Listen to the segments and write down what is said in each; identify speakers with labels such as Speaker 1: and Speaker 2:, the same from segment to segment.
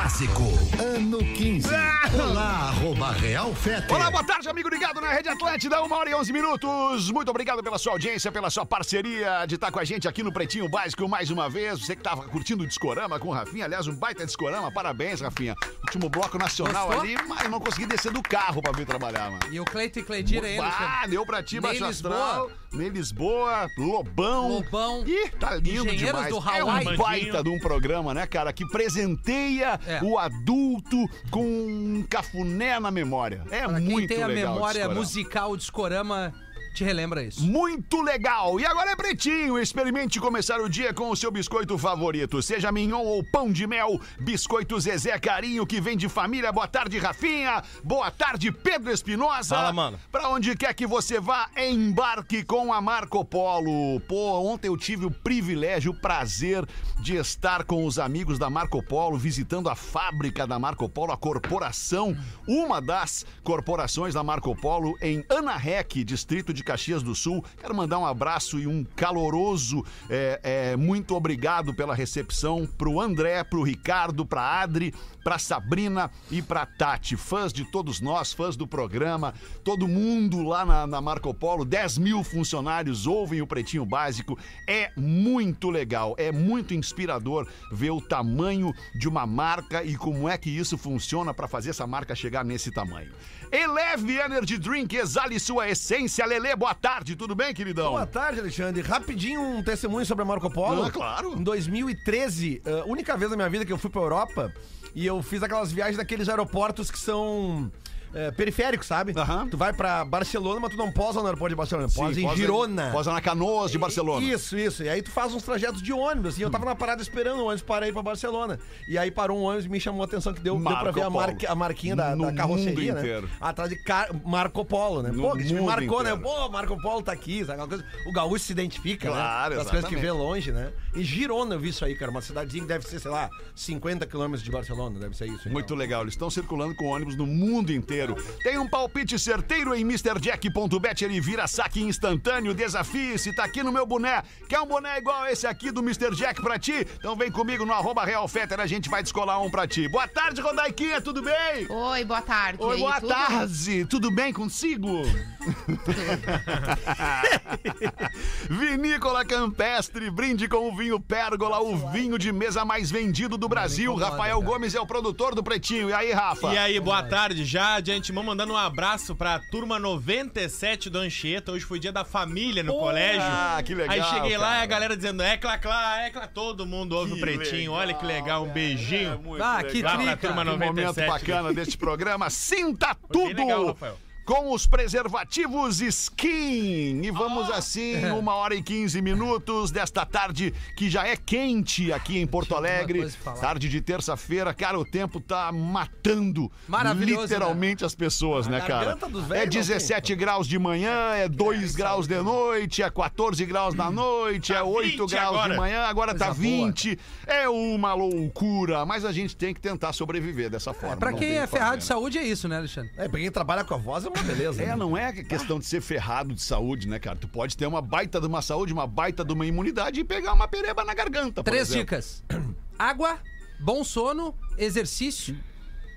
Speaker 1: Clássico, ano 15. Olá, arroba Real Fete.
Speaker 2: Olá, boa tarde, amigo ligado na Rede Atlântida, uma hora e 11 minutos. Muito obrigado pela sua audiência, pela sua parceria de estar com a gente aqui no Pretinho Básico mais uma vez. Você que estava curtindo o Discorama com o Rafinha, aliás, um baita Discorama, parabéns, Rafinha. Último bloco nacional
Speaker 3: Gostou?
Speaker 2: ali, mas eu não consegui descer do carro pra vir trabalhar, mano.
Speaker 3: E o Cleito e Cleidira aí,
Speaker 2: Ah,
Speaker 3: Alexandre?
Speaker 2: deu pra ti,
Speaker 3: Nem
Speaker 2: Baixo
Speaker 3: Lisboa.
Speaker 2: Astral, nem Lisboa, Lobão.
Speaker 3: Lobão.
Speaker 2: Ih, tá lindo
Speaker 3: Engenheiros
Speaker 2: demais.
Speaker 3: do
Speaker 2: é
Speaker 3: Hawaii.
Speaker 2: um baita de um programa, né, cara, que presenteia
Speaker 3: É.
Speaker 2: o adulto com um cafuné na memória. É
Speaker 3: Pra
Speaker 2: muito
Speaker 3: quem tem a
Speaker 2: legal
Speaker 3: memória
Speaker 2: discorama.
Speaker 3: musical Discorama, te relembra isso.
Speaker 2: Muito legal! E agora é pretinho! Experimente começar o dia com o seu biscoito favorito, seja mignon ou pão de mel. Biscoito Zezé Carinho, que vem de família. Boa tarde, Rafinha. Boa tarde, Pedro Espinosa.
Speaker 4: Fala, mano.
Speaker 2: Pra onde quer que você vá, embarque com a Marco Polo. Pô, ontem eu tive o privilégio, o prazer de estar com os amigos da Marco Polo, visitando a fábrica da Marco Polo, a corporação, uma das corporações da Marco Polo em Anarec, distrito de Caxias do Sul. Quero mandar um abraço e um caloroso é, é, muito obrigado pela recepção pro André, pro Ricardo, pra Adri, pra Sabrina e pra Tati. Fãs de todos nós, fãs do programa, todo mundo lá na, na Marco Polo, 10 mil funcionários ouvem o Pretinho Básico. É muito legal, é muito inspirador ver o tamanho de uma marca e como é que isso funciona para fazer essa marca chegar nesse tamanho. Eleve Energy Drink, exale sua essência. Lele, boa tarde, tudo bem, queridão?
Speaker 5: Boa tarde, Alexandre. Rapidinho um testemunho sobre a Marco Polo.
Speaker 2: Ah, claro.
Speaker 5: Em 2013, a eh, única vez na minha vida que eu fui pra Europa e eu fiz aquelas viagens daqueles aeroportos que são. eh, periféricos, sabe?
Speaker 2: Aham.
Speaker 5: Tu vai pra Barcelona, mas tu não posa no aeroporto de Barcelona. Posa em Girona.
Speaker 2: Posa na Canoas de Barcelona.
Speaker 5: Isso, isso. E aí tu faz uns trajetos de ônibus. E eu tava na parada esperando o ônibus para ir pra Barcelona. E aí parou um ônibus e me chamou a atenção que deu, deu pra
Speaker 2: Marco
Speaker 5: ver a, marca-
Speaker 2: Polo.
Speaker 5: a marquinha da,
Speaker 2: No
Speaker 5: da carroceria,
Speaker 2: mundo
Speaker 5: né?
Speaker 2: inteiro.
Speaker 5: Atrás de car- Marco Polo, né?
Speaker 2: No
Speaker 5: Pô, que me
Speaker 2: mundo
Speaker 5: marcou, né?
Speaker 2: inteiro.
Speaker 5: Pô, Marco Polo tá aqui, sabe? Aquela coisa. O gaúcho se identifica,
Speaker 2: Claro,
Speaker 5: né? Das coisas que
Speaker 2: exatamente.
Speaker 5: vê longe, né? E Girona eu vi isso aí, cara. Uma cidadezinha que deve ser, sei lá, 50 quilômetros de Barcelona. Deve ser isso. então.
Speaker 2: Muito legal, eles estão circulando com ônibus no mundo inteiro. Tem um palpite certeiro em MrJack.bet, ele vira saque instantâneo, desafie-se, tá aqui no meu boné. Quer um boné igual esse aqui do Mr. Jack pra ti? Então vem comigo no arroba Real Fetter, a gente vai descolar um pra ti. Boa tarde, Rodaiquinha, tudo bem?
Speaker 6: Oi, boa tarde. E
Speaker 2: Oi,
Speaker 6: aí,
Speaker 2: boa
Speaker 6: tudo?
Speaker 2: tarde, tudo bem consigo? Vinícola Campestre, brinde com o vinho Pérgola, o vinho de mesa mais vendido do Brasil.
Speaker 3: incomoda,
Speaker 2: Rafael
Speaker 3: cara.
Speaker 2: Gomes é o produtor do Pretinho. E aí, Rafa?
Speaker 4: E aí, boa tarde. Já de antemão mandando um abraço pra turma 97 do Anchieta. Hoje foi dia da família no colégio.
Speaker 2: Ah, que legal,
Speaker 4: Aí cheguei lá e
Speaker 2: cara.
Speaker 4: a galera dizendo, é clá, clá, é clá. Todo mundo ouve o pretinho. Olha que legal, um
Speaker 2: É
Speaker 4: beijinho.
Speaker 3: Ah, que
Speaker 4: Lá pra turma
Speaker 3: trica.
Speaker 2: Que um momento
Speaker 4: 97.
Speaker 2: bacana deste programa. Sinta tudo!
Speaker 4: né? legal, Rafael.
Speaker 2: com os preservativos Skin. E vamos assim, uma hora e 15 minutos desta tarde que já é quente aqui em Porto
Speaker 3: Tinha alguma
Speaker 2: Alegre.
Speaker 3: coisa pra falar.
Speaker 2: Tarde de terça-feira, cara, o tempo tá matando
Speaker 3: Maravilhoso,
Speaker 2: literalmente as pessoas, né, cara?
Speaker 5: garganta dos velhos
Speaker 2: É
Speaker 5: não tem,
Speaker 2: 17 graus de manhã, é 2 graus de noite, é 14 graus da noite, é 8
Speaker 4: 20
Speaker 2: graus de
Speaker 4: agora.
Speaker 2: manhã, agora tá
Speaker 3: Tá Coisa boa.
Speaker 2: 20. É uma loucura, mas a gente tem que tentar sobreviver dessa forma.
Speaker 3: Pra
Speaker 2: não
Speaker 3: quem
Speaker 2: tem o que
Speaker 3: é
Speaker 2: fazer,
Speaker 3: ferrado
Speaker 2: né?
Speaker 3: de saúde é isso, né, Alexandre?
Speaker 5: É, pra quem trabalha com a voz é uma beleza.
Speaker 2: É,
Speaker 5: né?
Speaker 2: não é questão de ser ferrado de saúde, né, cara? Tu pode ter uma baita de uma saúde, uma baita de uma imunidade e pegar uma pereba na garganta, por
Speaker 3: Três
Speaker 2: exemplo.
Speaker 3: dicas. Água, bom sono, exercício.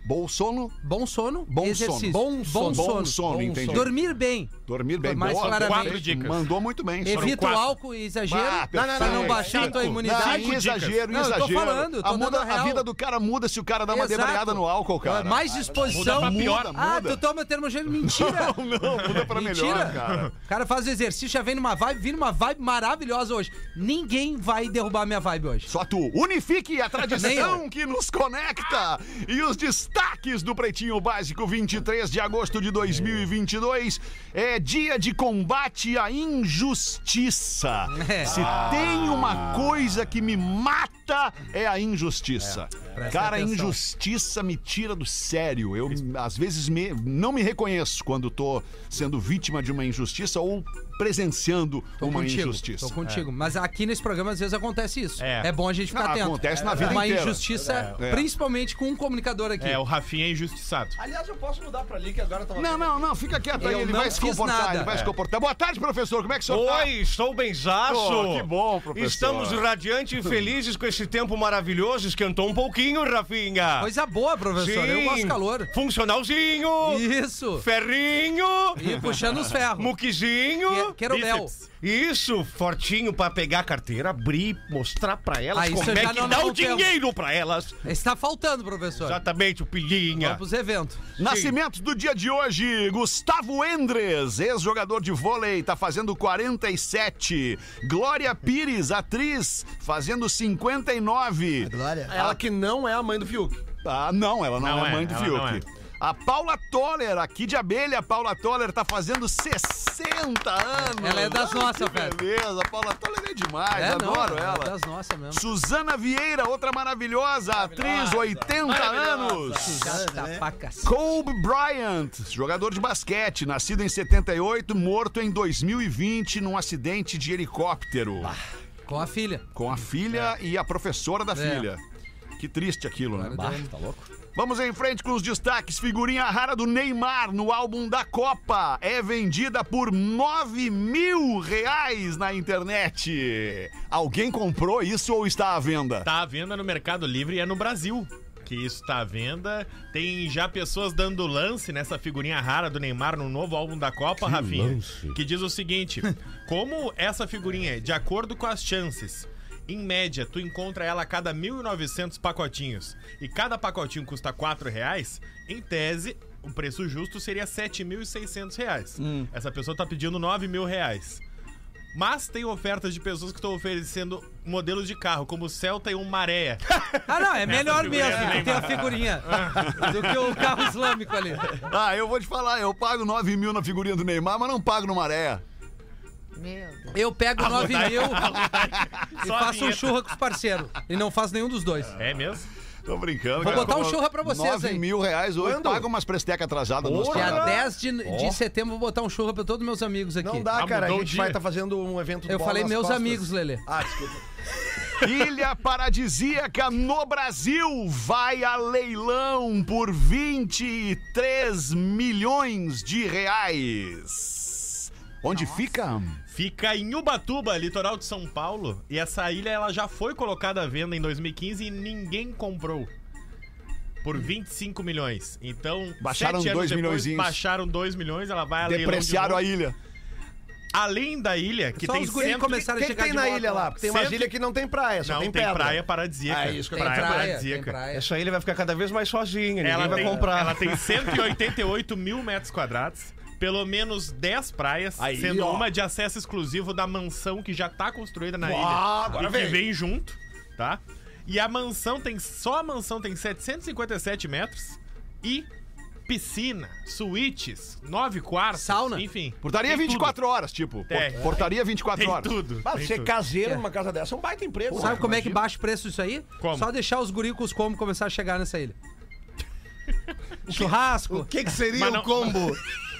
Speaker 2: Bom sono,
Speaker 3: Bom sono,
Speaker 2: bom sono.
Speaker 3: exercício.
Speaker 2: Bom sono,
Speaker 3: Bom sono.
Speaker 2: entendi.
Speaker 3: Dormir bem.
Speaker 2: Dormir bem.
Speaker 3: Mais
Speaker 2: Boa,
Speaker 3: claramente.
Speaker 2: perfeito.
Speaker 4: Quatro dicas.
Speaker 2: Mandou muito bem.
Speaker 3: Evita o
Speaker 4: quatro.
Speaker 3: álcool e exagero
Speaker 2: Ah,
Speaker 3: pra não
Speaker 2: perfeito.
Speaker 3: baixar a tua
Speaker 4: Cinco.
Speaker 3: imunidade.
Speaker 2: Não, exagero,
Speaker 3: Não, eu tô
Speaker 2: exagero.
Speaker 3: falando, tô
Speaker 2: a, muda-
Speaker 3: dando
Speaker 2: a
Speaker 3: real.
Speaker 2: vida do cara muda se o cara dá uma
Speaker 3: Exato.
Speaker 2: debraiada no álcool, cara.
Speaker 3: Mais
Speaker 4: Muda
Speaker 3: disposição.
Speaker 4: pra pior.
Speaker 2: Muda.
Speaker 3: Ah, tu toma termogênio. Mentira.
Speaker 2: Não, não, muda pra
Speaker 3: Mentira.
Speaker 2: melhor, cara.
Speaker 3: O cara faz o exercício, já vem numa vibe, vira uma vibe maravilhosa hoje. Ninguém vai derrubar minha vibe hoje.
Speaker 2: Só tu. Unifique a
Speaker 3: Nem
Speaker 2: tradição
Speaker 3: eu.
Speaker 2: que nos conecta. E os destaques do Pretinho Básico, 23 de agosto de 2022. É dia de combate à injustiça.
Speaker 3: É.
Speaker 2: Se tem uma coisa que me mata, é a injustiça.
Speaker 3: É, presta
Speaker 2: Cara, a
Speaker 3: atenção.
Speaker 2: injustiça me tira do sério. Eu, às vezes, me- não me reconheço quando tô sendo vítima de uma injustiça ou presenciando
Speaker 3: Tô
Speaker 2: uma
Speaker 3: contigo,
Speaker 2: injustiça. É.
Speaker 3: Tô contigo. Mas aqui nesse programa, às vezes, acontece isso. É,
Speaker 4: É.
Speaker 3: bom a gente ficar
Speaker 2: Ah,
Speaker 3: atento. É
Speaker 2: acontece na vida
Speaker 3: Uma
Speaker 2: inteira.
Speaker 3: injustiça,
Speaker 2: É.
Speaker 3: principalmente com um comunicador aqui.
Speaker 4: É, o Rafinha é injustiçado.
Speaker 5: Aliás, eu posso mudar pra ali que agora eu tava.
Speaker 2: Não, não, não, fica quieto aí,
Speaker 3: Eu
Speaker 2: ele
Speaker 3: não
Speaker 2: vai se
Speaker 3: fiz
Speaker 2: comportar,
Speaker 3: nada.
Speaker 2: ele vai se comportar. Boa tarde, professor, como é que o senhor tá?
Speaker 7: Oi, estou benzaço.
Speaker 2: Pô, que bom, professor.
Speaker 7: Estamos radiante e felizes com
Speaker 6: desse tempo maravilhoso, esquentou um pouquinho, Rafinha.
Speaker 3: Coisa boa, é, professor. Eu gosto de calor.
Speaker 6: Funcionalzinho.
Speaker 3: Isso.
Speaker 6: Ferrinho.
Speaker 3: E puxando os ferros.
Speaker 6: Muquizinho.
Speaker 3: Que- é Querobel.
Speaker 4: Bíceps.
Speaker 6: Isso, fortinho pra pegar a carteira, abrir, mostrar pra elas
Speaker 3: Ah, isso
Speaker 6: como
Speaker 3: eu
Speaker 6: é
Speaker 3: já
Speaker 6: que
Speaker 3: não-
Speaker 6: dá
Speaker 3: não
Speaker 6: o
Speaker 3: tenho.
Speaker 6: dinheiro pra elas.
Speaker 3: Está faltando, professor.
Speaker 2: tá.
Speaker 6: Exatamente, o pilhinha.
Speaker 3: Vamos pros eventos.
Speaker 2: Nascimentos do dia de hoje, Gustavo Endres, ex-jogador de vôlei, tá fazendo 47. Glória Pires, atriz, fazendo 59.
Speaker 1: Glória.
Speaker 5: Ela que não é a mãe do Fiuk.
Speaker 2: Ah, não, ela não,
Speaker 4: Não
Speaker 2: é,
Speaker 4: é,
Speaker 2: mãe do
Speaker 4: ela
Speaker 2: Fiuk.
Speaker 4: não é.
Speaker 2: A Paula Toller, aqui de abelha, a Paula Toller tá fazendo 60 anos.
Speaker 3: Ela é das
Speaker 2: Ai,
Speaker 3: nossas,
Speaker 2: que
Speaker 3: velho.
Speaker 2: Beleza, a Paula Toller é demais, adoro
Speaker 3: é
Speaker 2: ela.
Speaker 3: Das nossas mesmo.
Speaker 2: Suzana Vieira, outra maravilhosa, atriz, 80 anos.
Speaker 3: Já tá pra cacete.
Speaker 2: Kobe Bryant, jogador de basquete, nascido em 78, morto em 2020 num acidente de helicóptero.
Speaker 3: Com a filha.
Speaker 2: Com a filha e a professora da filha. Que triste aquilo, É. né?
Speaker 3: Agora deu-
Speaker 2: Vamos em frente com os destaques. Figurinha rara do Neymar no álbum da Copa. É vendida por 9 mil reais na internet. Alguém comprou isso ou está à venda?
Speaker 4: Tá à venda no Mercado Livre e é no Brasil que isso tá à venda. Tem já pessoas dando lance nessa figurinha rara do Neymar no novo álbum da Copa, Rafinha. Que diz o seguinte: como essa figurinha é de acordo com as chances. Em média, tu encontra ela a cada 1.900 pacotinhos e cada pacotinho custa R$ 4 reais, em tese, o preço justo seria R$ 7.600. reais. Essa pessoa tá pedindo R$ 9 mil reais. Mas tem ofertas de pessoas que estão oferecendo modelos de carro, como o Celta e o Maré.
Speaker 3: Ah, não, é melhor
Speaker 4: figurinha
Speaker 3: mesmo
Speaker 4: do
Speaker 3: que ter a
Speaker 4: Neymar.
Speaker 3: figurinha do que o carro islâmico ali.
Speaker 2: Ah, eu vou te falar, eu pago 9 mil na figurinha do Neymar, mas não pago no Maré.
Speaker 3: Eu pego 9 mil e
Speaker 4: Só a
Speaker 3: faço um
Speaker 4: vinheta.
Speaker 3: churra com os parceiros. E não faço nenhum dos dois.
Speaker 4: É mesmo?
Speaker 2: Tô brincando,
Speaker 3: Vou botar um
Speaker 2: Como
Speaker 3: churra pra vocês
Speaker 2: nove
Speaker 3: aí.
Speaker 2: mil reais hoje,
Speaker 5: Quando?
Speaker 2: paga umas prestecas atrasadas no
Speaker 5: Porra!
Speaker 3: Dia
Speaker 2: hospital.
Speaker 3: 10 de, de setembro vou botar um churra pra todos meus amigos aqui.
Speaker 5: Não dá,
Speaker 4: Ah,
Speaker 5: cara. A
Speaker 4: mudou o
Speaker 5: gente
Speaker 4: dia.
Speaker 5: vai estar fazendo um evento do
Speaker 3: Eu
Speaker 5: Bola
Speaker 3: falei
Speaker 5: nas
Speaker 3: meus
Speaker 5: Costas.
Speaker 3: amigos, Lelê.
Speaker 5: Ah, desculpa.
Speaker 2: Ilha paradisíaca no Brasil vai a leilão por 23 milhões de reais. Onde fica?
Speaker 4: É Fica em Ubatuba, litoral de São Paulo. E essa ilha ela já foi colocada à venda em 2015 e ninguém comprou. Por 25 milhões. Então,
Speaker 2: Baixaram
Speaker 4: sete anos
Speaker 2: dois
Speaker 4: depois,
Speaker 2: milhões.
Speaker 4: baixaram 2 milhões, ela vai a leilão de
Speaker 2: Depreciaram
Speaker 4: novo.
Speaker 2: a ilha.
Speaker 4: Além da ilha, que
Speaker 3: Só
Speaker 4: tem
Speaker 3: os guris
Speaker 4: centro...
Speaker 3: começaram
Speaker 5: Quem
Speaker 3: a
Speaker 5: que
Speaker 3: chegar
Speaker 5: tem
Speaker 3: de
Speaker 5: na
Speaker 3: moto
Speaker 5: ilha lá? Tem umas
Speaker 4: Sempre-
Speaker 5: ilhas que não tem praia, só
Speaker 4: Não,
Speaker 5: tem
Speaker 4: tem,
Speaker 5: pedra.
Speaker 4: paradisíaca. praia paradisíaca.
Speaker 5: Ah, isso que eu
Speaker 3: Tem
Speaker 4: praia
Speaker 3: praia, tem
Speaker 4: paradisíaca.
Speaker 3: praia.
Speaker 6: Essa ilha vai ficar cada vez mais sozinha, ninguém
Speaker 4: Ela
Speaker 6: vai
Speaker 4: tem, né?
Speaker 6: comprar.
Speaker 4: ela tem 188 mil metros quadrados, pelo menos 10 praias,
Speaker 2: Aí,
Speaker 4: sendo
Speaker 2: ó.
Speaker 4: uma de acesso exclusivo da mansão que já tá construída na
Speaker 5: Uau,
Speaker 4: ilha.
Speaker 5: agora
Speaker 4: e que
Speaker 5: vem.
Speaker 4: vem junto, tá? E a mansão tem. Só a mansão tem 757 metros e piscina, suítes, nove quartos.
Speaker 3: Sauna.
Speaker 4: Enfim.
Speaker 2: Portaria
Speaker 4: tem
Speaker 2: 24 horas, tipo.
Speaker 4: Tem.
Speaker 2: Port- Portaria
Speaker 4: tudo.
Speaker 2: 24
Speaker 4: Tem
Speaker 2: horas.
Speaker 4: tudo.
Speaker 5: Mas
Speaker 4: tem
Speaker 5: ser
Speaker 4: tudo.
Speaker 5: caseiro numa casa dessa é um baita emprego.
Speaker 3: Sabe como é que baixa o preço disso aí?
Speaker 4: Como?
Speaker 3: Só deixar os guri com os combos começar a chegar nessa ilha. Churrasco.
Speaker 5: que, que seria
Speaker 4: Mas não-
Speaker 5: combo?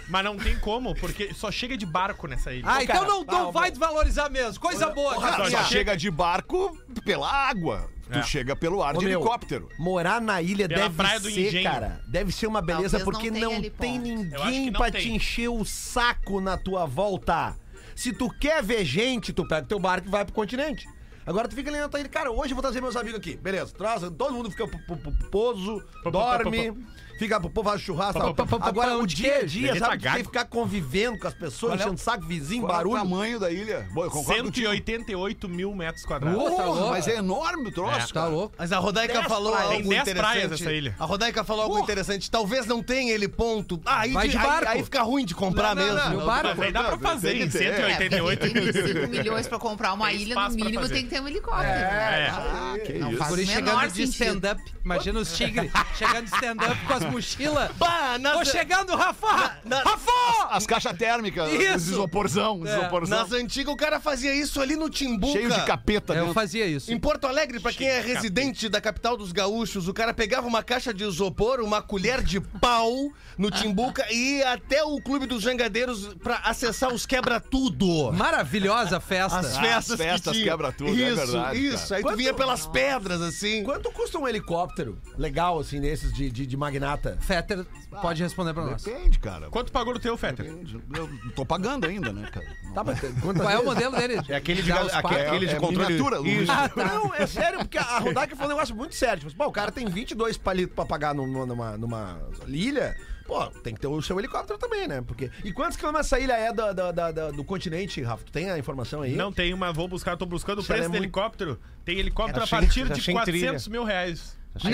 Speaker 4: Mas não tem como, porque só chega de barco nessa ilha.
Speaker 3: Ah, então
Speaker 5: cara,
Speaker 3: não, não
Speaker 5: tá,
Speaker 3: vai desvalorizar mesmo. Coisa boa, cara.
Speaker 2: Tu
Speaker 4: já
Speaker 2: já chega de barco pela água. Tu
Speaker 4: É.
Speaker 2: chega pelo ar
Speaker 5: Ô,
Speaker 2: de
Speaker 5: meu,
Speaker 2: helicóptero.
Speaker 5: Morar na ilha
Speaker 4: Pela
Speaker 5: deve
Speaker 4: Praia do
Speaker 5: ser,
Speaker 4: Engenho.
Speaker 5: cara, deve ser uma beleza
Speaker 7: Talvez
Speaker 5: porque
Speaker 7: não
Speaker 5: não,
Speaker 7: tenha ali
Speaker 5: tem
Speaker 7: ponto.
Speaker 4: Eu acho que
Speaker 5: ninguém
Speaker 4: não
Speaker 5: pra
Speaker 4: tem.
Speaker 5: te encher o saco na tua volta. Se tu quer ver gente, tu pega o teu barco e vai pro continente. Agora tu fica ali na tua ilha. Cara, hoje eu vou trazer meus amigos aqui. Beleza, traz, todo mundo fica pro- pro- pro- pro pozo,
Speaker 4: pô,
Speaker 5: dorme,
Speaker 4: pô,
Speaker 5: fica pro povo faz churrasco.
Speaker 4: Pô, pô,
Speaker 5: tal.
Speaker 3: pô, pô,
Speaker 5: Agora
Speaker 3: pô,
Speaker 5: o
Speaker 3: de
Speaker 5: dia a
Speaker 3: quê?
Speaker 5: dia,
Speaker 4: Ninguém
Speaker 5: sabe?
Speaker 4: tá
Speaker 5: Tu tem que
Speaker 4: gago.
Speaker 5: ficar convivendo com as
Speaker 2: Qual
Speaker 5: pessoas,
Speaker 2: é o-
Speaker 5: enchendo saco, vizinho,
Speaker 2: Qual é o
Speaker 5: barulho.
Speaker 2: tamanho da ilha? Bom, eu concordo contigo.
Speaker 4: 188 mil metros quadrados.
Speaker 3: Pô, tá
Speaker 2: Porra,
Speaker 3: louco.
Speaker 2: mas é enorme o troço.
Speaker 3: Tá
Speaker 2: cara.
Speaker 3: louco.
Speaker 8: Mas a Rodaica falou
Speaker 4: praias. Tem
Speaker 8: algo
Speaker 4: dez
Speaker 8: interessante.
Speaker 4: praias essa ilha.
Speaker 8: A Rodaica falou algo interessante. Talvez não tenha ele ponto. Ah, Aí,
Speaker 3: Vai de
Speaker 8: aí-
Speaker 3: barco.
Speaker 8: aí fica ruim de comprar
Speaker 2: Não, não,
Speaker 8: mesmo.
Speaker 2: não.
Speaker 3: Meu
Speaker 2: Não,
Speaker 3: barco.
Speaker 4: Mas aí dá pra fazer
Speaker 2: Tem
Speaker 4: em
Speaker 2: que ter.
Speaker 7: É, porque
Speaker 4: 188
Speaker 7: tem 25 milhões pra comprar uma
Speaker 4: Tem
Speaker 7: ilha, no
Speaker 4: espaço pra
Speaker 7: mínimo
Speaker 4: fazer.
Speaker 7: tem que ter um helicóptero.
Speaker 4: É.
Speaker 2: Ah, que
Speaker 7: Não
Speaker 2: isso.
Speaker 3: Os
Speaker 7: faz
Speaker 3: guri
Speaker 7: o
Speaker 3: chegando
Speaker 7: menor
Speaker 3: de
Speaker 7: sentido.
Speaker 3: stand-up. Imagina os tigres chegando de stand-up com as mochilas.
Speaker 8: Bah, nas,
Speaker 3: Tô chegando, Rafa!
Speaker 8: na-
Speaker 3: Rafa!
Speaker 2: Ah, As caixas térmicas,
Speaker 3: Isso.
Speaker 2: os isoporzão, os
Speaker 3: É.
Speaker 2: isoporzão.
Speaker 8: nas antigas o cara fazia isso ali no Timbuca.
Speaker 2: Cheio de capeta,
Speaker 3: É, Eu
Speaker 2: né?
Speaker 3: fazia isso.
Speaker 8: Em Porto Alegre, pra quem é
Speaker 4: de
Speaker 8: residente da capital dos gaúchos, o cara pegava uma caixa de isopor, uma colher de pau no Timbuca e ia até o Clube dos Jangadeiros pra acessar os quebra-tudo.
Speaker 3: Maravilhosa festa.
Speaker 5: Ah,
Speaker 8: As
Speaker 2: as
Speaker 8: festas,
Speaker 2: festas
Speaker 8: que tinha.
Speaker 2: quebra tudo, é
Speaker 8: isso,
Speaker 2: verdade,
Speaker 8: Isso,
Speaker 2: cara.
Speaker 8: aí tu vinha pelas pedras, assim.
Speaker 5: Quanto custa um helicóptero legal, assim, desses de, de, de Renata?
Speaker 3: Fetter pode responder pra nós.
Speaker 2: Depende, cara.
Speaker 4: Quanto pagou no teu, Fetter?
Speaker 2: Depende. Eu tô pagando ainda, né, cara? Não.
Speaker 5: Tá, mas
Speaker 3: Qual é o modelo dele?
Speaker 6: É aquele de,
Speaker 3: Dá
Speaker 6: gal-
Speaker 3: os
Speaker 6: aque-
Speaker 3: quatro.
Speaker 6: aquele de
Speaker 2: é
Speaker 6: controle.
Speaker 2: miniatura, Luiz.
Speaker 6: Isso.
Speaker 4: Ah,
Speaker 5: Não, é sério, porque a Rodak falou um negócio muito sério. Tipo, "Bom, o cara tem 22 palitos pra pagar numa, numa, numa ilha. Pô, tem que ter o seu helicóptero também, né? Porque... E quantos quilômetros essa ilha é da- da- da- da- do continente, Rafa? Tu tem a informação aí?
Speaker 4: Não tem uma, vou buscar, tô buscando o
Speaker 5: Isso aí
Speaker 4: preço
Speaker 5: é
Speaker 4: do
Speaker 5: muito-
Speaker 4: helicóptero. Tem helicóptero
Speaker 6: Tá
Speaker 4: a
Speaker 6: sem-
Speaker 4: partir
Speaker 6: tá
Speaker 4: de
Speaker 6: sem trilha.
Speaker 4: 400 mil reais.
Speaker 3: Não,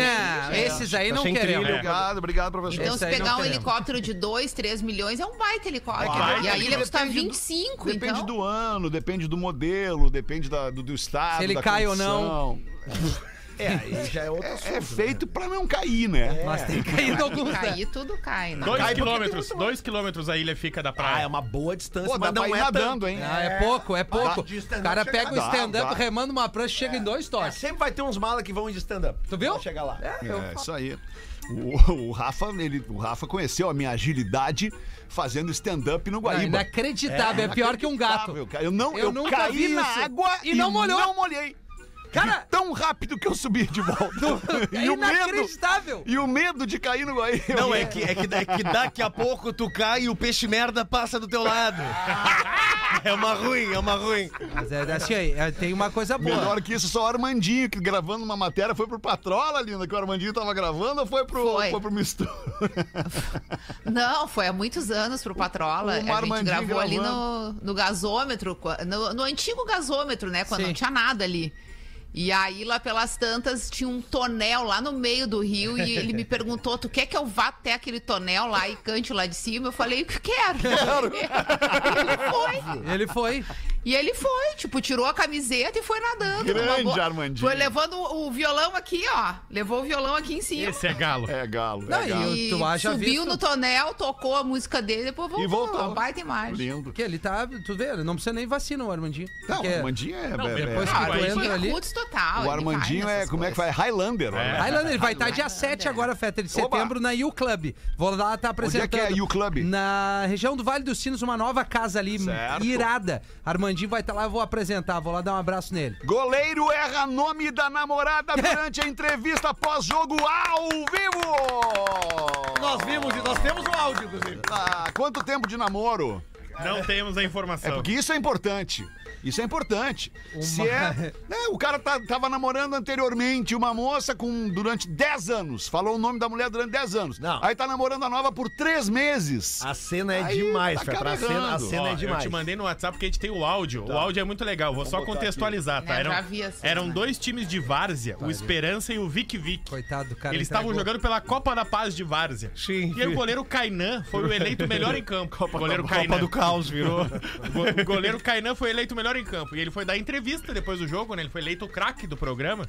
Speaker 3: esses aí
Speaker 6: tá
Speaker 3: não
Speaker 6: sem
Speaker 3: queremos.
Speaker 4: trilha.
Speaker 2: Obrigado, obrigado, professor.
Speaker 7: Então,
Speaker 3: Esse
Speaker 7: se
Speaker 3: aí
Speaker 7: pegar
Speaker 3: não
Speaker 7: um
Speaker 3: queremos.
Speaker 7: helicóptero de 2, 3 milhões, é um baita helicóptero.
Speaker 4: Baita,
Speaker 7: e a ilha
Speaker 2: que
Speaker 7: custa
Speaker 2: depende do-
Speaker 7: 25,
Speaker 2: Depende
Speaker 7: então.
Speaker 2: do ano, depende do modelo, depende da- do, do estado.
Speaker 3: Se ele
Speaker 2: da
Speaker 3: cai ou
Speaker 2: condição.
Speaker 5: É, aí já é outro
Speaker 2: É,
Speaker 5: assunto,
Speaker 2: é feito pra não cair, né?
Speaker 3: Mas tem caído alguns. né?
Speaker 7: Cair, tudo cai, né?
Speaker 4: Dois
Speaker 5: Cai porque
Speaker 4: quilômetros,
Speaker 5: tem muito-
Speaker 4: dois quilômetros a ilha fica da
Speaker 5: Ah, é
Speaker 4: praia.
Speaker 5: uma boa distância,
Speaker 2: Pô, dá
Speaker 5: mas
Speaker 2: pra
Speaker 5: não
Speaker 2: ir
Speaker 5: é
Speaker 2: nadando, hein?
Speaker 3: Ah, é pouco, é pouco.
Speaker 5: de
Speaker 3: O
Speaker 5: stand-up
Speaker 3: cara
Speaker 5: chega-
Speaker 3: pega o
Speaker 2: Dá, dá.
Speaker 3: stand-up remando uma prancha e chega em dois
Speaker 5: tanto. É,
Speaker 3: toques.
Speaker 5: sempre vai ter uns malas que vão de stand-up.
Speaker 3: Tu viu?
Speaker 5: Vão chegar lá.
Speaker 2: É, isso aí. O, o Rafa, ele, o Rafa conheceu a minha agilidade fazendo stand-up no
Speaker 3: Não,
Speaker 2: Guaíba.
Speaker 3: inacreditável, é, pior que um gato.
Speaker 2: Inacreditável, cara. Ah, Eu não,
Speaker 3: Eu
Speaker 2: eu,
Speaker 3: nunca vi
Speaker 2: caí na
Speaker 3: isso.
Speaker 2: água
Speaker 3: E não molhou.
Speaker 2: Não molhei.
Speaker 3: Cara-
Speaker 2: De tão rápido que eu subi de volta.
Speaker 3: É inacreditável.
Speaker 2: e o medo de cair no Guaíba.
Speaker 8: Não, é que, é, que, é que daqui a pouco tu cai e o peixe merda passa do teu lado. É uma ruim, é uma ruim.
Speaker 3: Mas é assim aí, é, tem uma coisa boa.
Speaker 2: Melhor que isso, só o Armandinho, que gravando uma matéria, foi pro Patrola, linda, que o Armandinho tava gravando ou foi pro,
Speaker 7: Foi.
Speaker 2: pro Mistu?
Speaker 7: Não, foi há muitos anos pro Patrola.
Speaker 2: O
Speaker 7: a gente
Speaker 2: Marmandinho
Speaker 7: gravou ali no, no gasômetro, qua- no, no antigo gasômetro, né? Quando
Speaker 3: Sim.
Speaker 7: não tinha nada ali. E aí, lá pelas tantas, tinha um tonel lá no meio do rio e ele me perguntou: Tu quer que eu vá até aquele tonel lá e cante lá de cima? Eu falei: Quero. Quero. ele foi.
Speaker 3: Ele foi.
Speaker 7: E ele foi, tipo, tirou a camiseta e foi nadando. numa
Speaker 2: Grande
Speaker 7: boa.
Speaker 2: Armandinho.
Speaker 7: Foi levando o o violão aqui, ó. Levou o violão aqui em cima.
Speaker 4: Esse é galo.
Speaker 2: É galo,
Speaker 3: Não,
Speaker 2: é galo.
Speaker 3: e
Speaker 7: E
Speaker 3: tu haja
Speaker 7: subiu
Speaker 3: visto-
Speaker 7: no tonel, tocou a música dele, depois voltou.
Speaker 2: E voltou.
Speaker 7: Uma baita imagem.
Speaker 2: Lindo.
Speaker 3: Que ele tá, tu vê, ele não precisa nem vacina o Armandinho.
Speaker 2: Não,
Speaker 3: porque-
Speaker 2: o Armandinho é...
Speaker 4: Não,
Speaker 2: é-
Speaker 4: depois
Speaker 2: é-
Speaker 4: que
Speaker 3: Ah,
Speaker 4: tu
Speaker 3: tu
Speaker 4: entra
Speaker 3: entra ali.
Speaker 7: Roots total.
Speaker 3: tá
Speaker 2: o
Speaker 7: ele vai
Speaker 2: Armandinho é,
Speaker 7: nessas
Speaker 2: como é que vai?
Speaker 7: coisas.
Speaker 2: Highlander. né?
Speaker 3: Highlander, ele vai estar dia 7 agora, Feta, de
Speaker 2: Oba!
Speaker 3: setembro, na U Club. Vou lá estar
Speaker 2: é
Speaker 3: apresentando.
Speaker 2: que é a U Club?
Speaker 3: Na região do Vale dos Sinos, uma nova casa ali,
Speaker 2: Certo.
Speaker 3: irada. Armandinho vai estar lá, eu vou apresentar, vou lá dar um abraço nele.
Speaker 2: Goleiro erra nome da namorada durante a entrevista pós-jogo ao vivo!
Speaker 5: Nós vimos e nós temos o áudio, inclusive.
Speaker 2: Ah, quanto tempo de namoro?
Speaker 4: Não temos a
Speaker 2: É
Speaker 4: informação.
Speaker 2: porque isso é importante. Isso é importante. Se é, né, o cara tá- tava namorando anteriormente uma moça com durante 10 anos. Falou o nome da mulher durante 10 anos.
Speaker 5: Não.
Speaker 2: Aí tá namorando a nova por 3 meses.
Speaker 5: A cena é
Speaker 2: Aí
Speaker 5: demais,
Speaker 2: tá
Speaker 5: Fê. Pra cena, a
Speaker 2: carregando.
Speaker 5: cena
Speaker 4: Ó,
Speaker 5: é demais.
Speaker 4: Eu te mandei no WhatsApp porque a gente tem o áudio. O áudio é muito legal, vou só contextualizar, tá?
Speaker 7: Né,
Speaker 4: Eram,
Speaker 7: já vi essa
Speaker 4: eram
Speaker 7: cena.
Speaker 4: dois times de Várzea, o Esperança e o Vic Vic.
Speaker 3: Coitado do cara. é tá
Speaker 4: Eles
Speaker 3: entregou.
Speaker 4: estavam jogando pela Copa da Paz de Várzea.
Speaker 6: Sim.
Speaker 4: E aí o goleiro Kainan foi o eleito melhor em campo. Copa, goleiro
Speaker 6: Copa do Caos virou.
Speaker 4: O goleiro Kainan foi eleito melhor em campo. E ele foi dar entrevista depois do jogo, né? Ele foi eleito o craque do programa,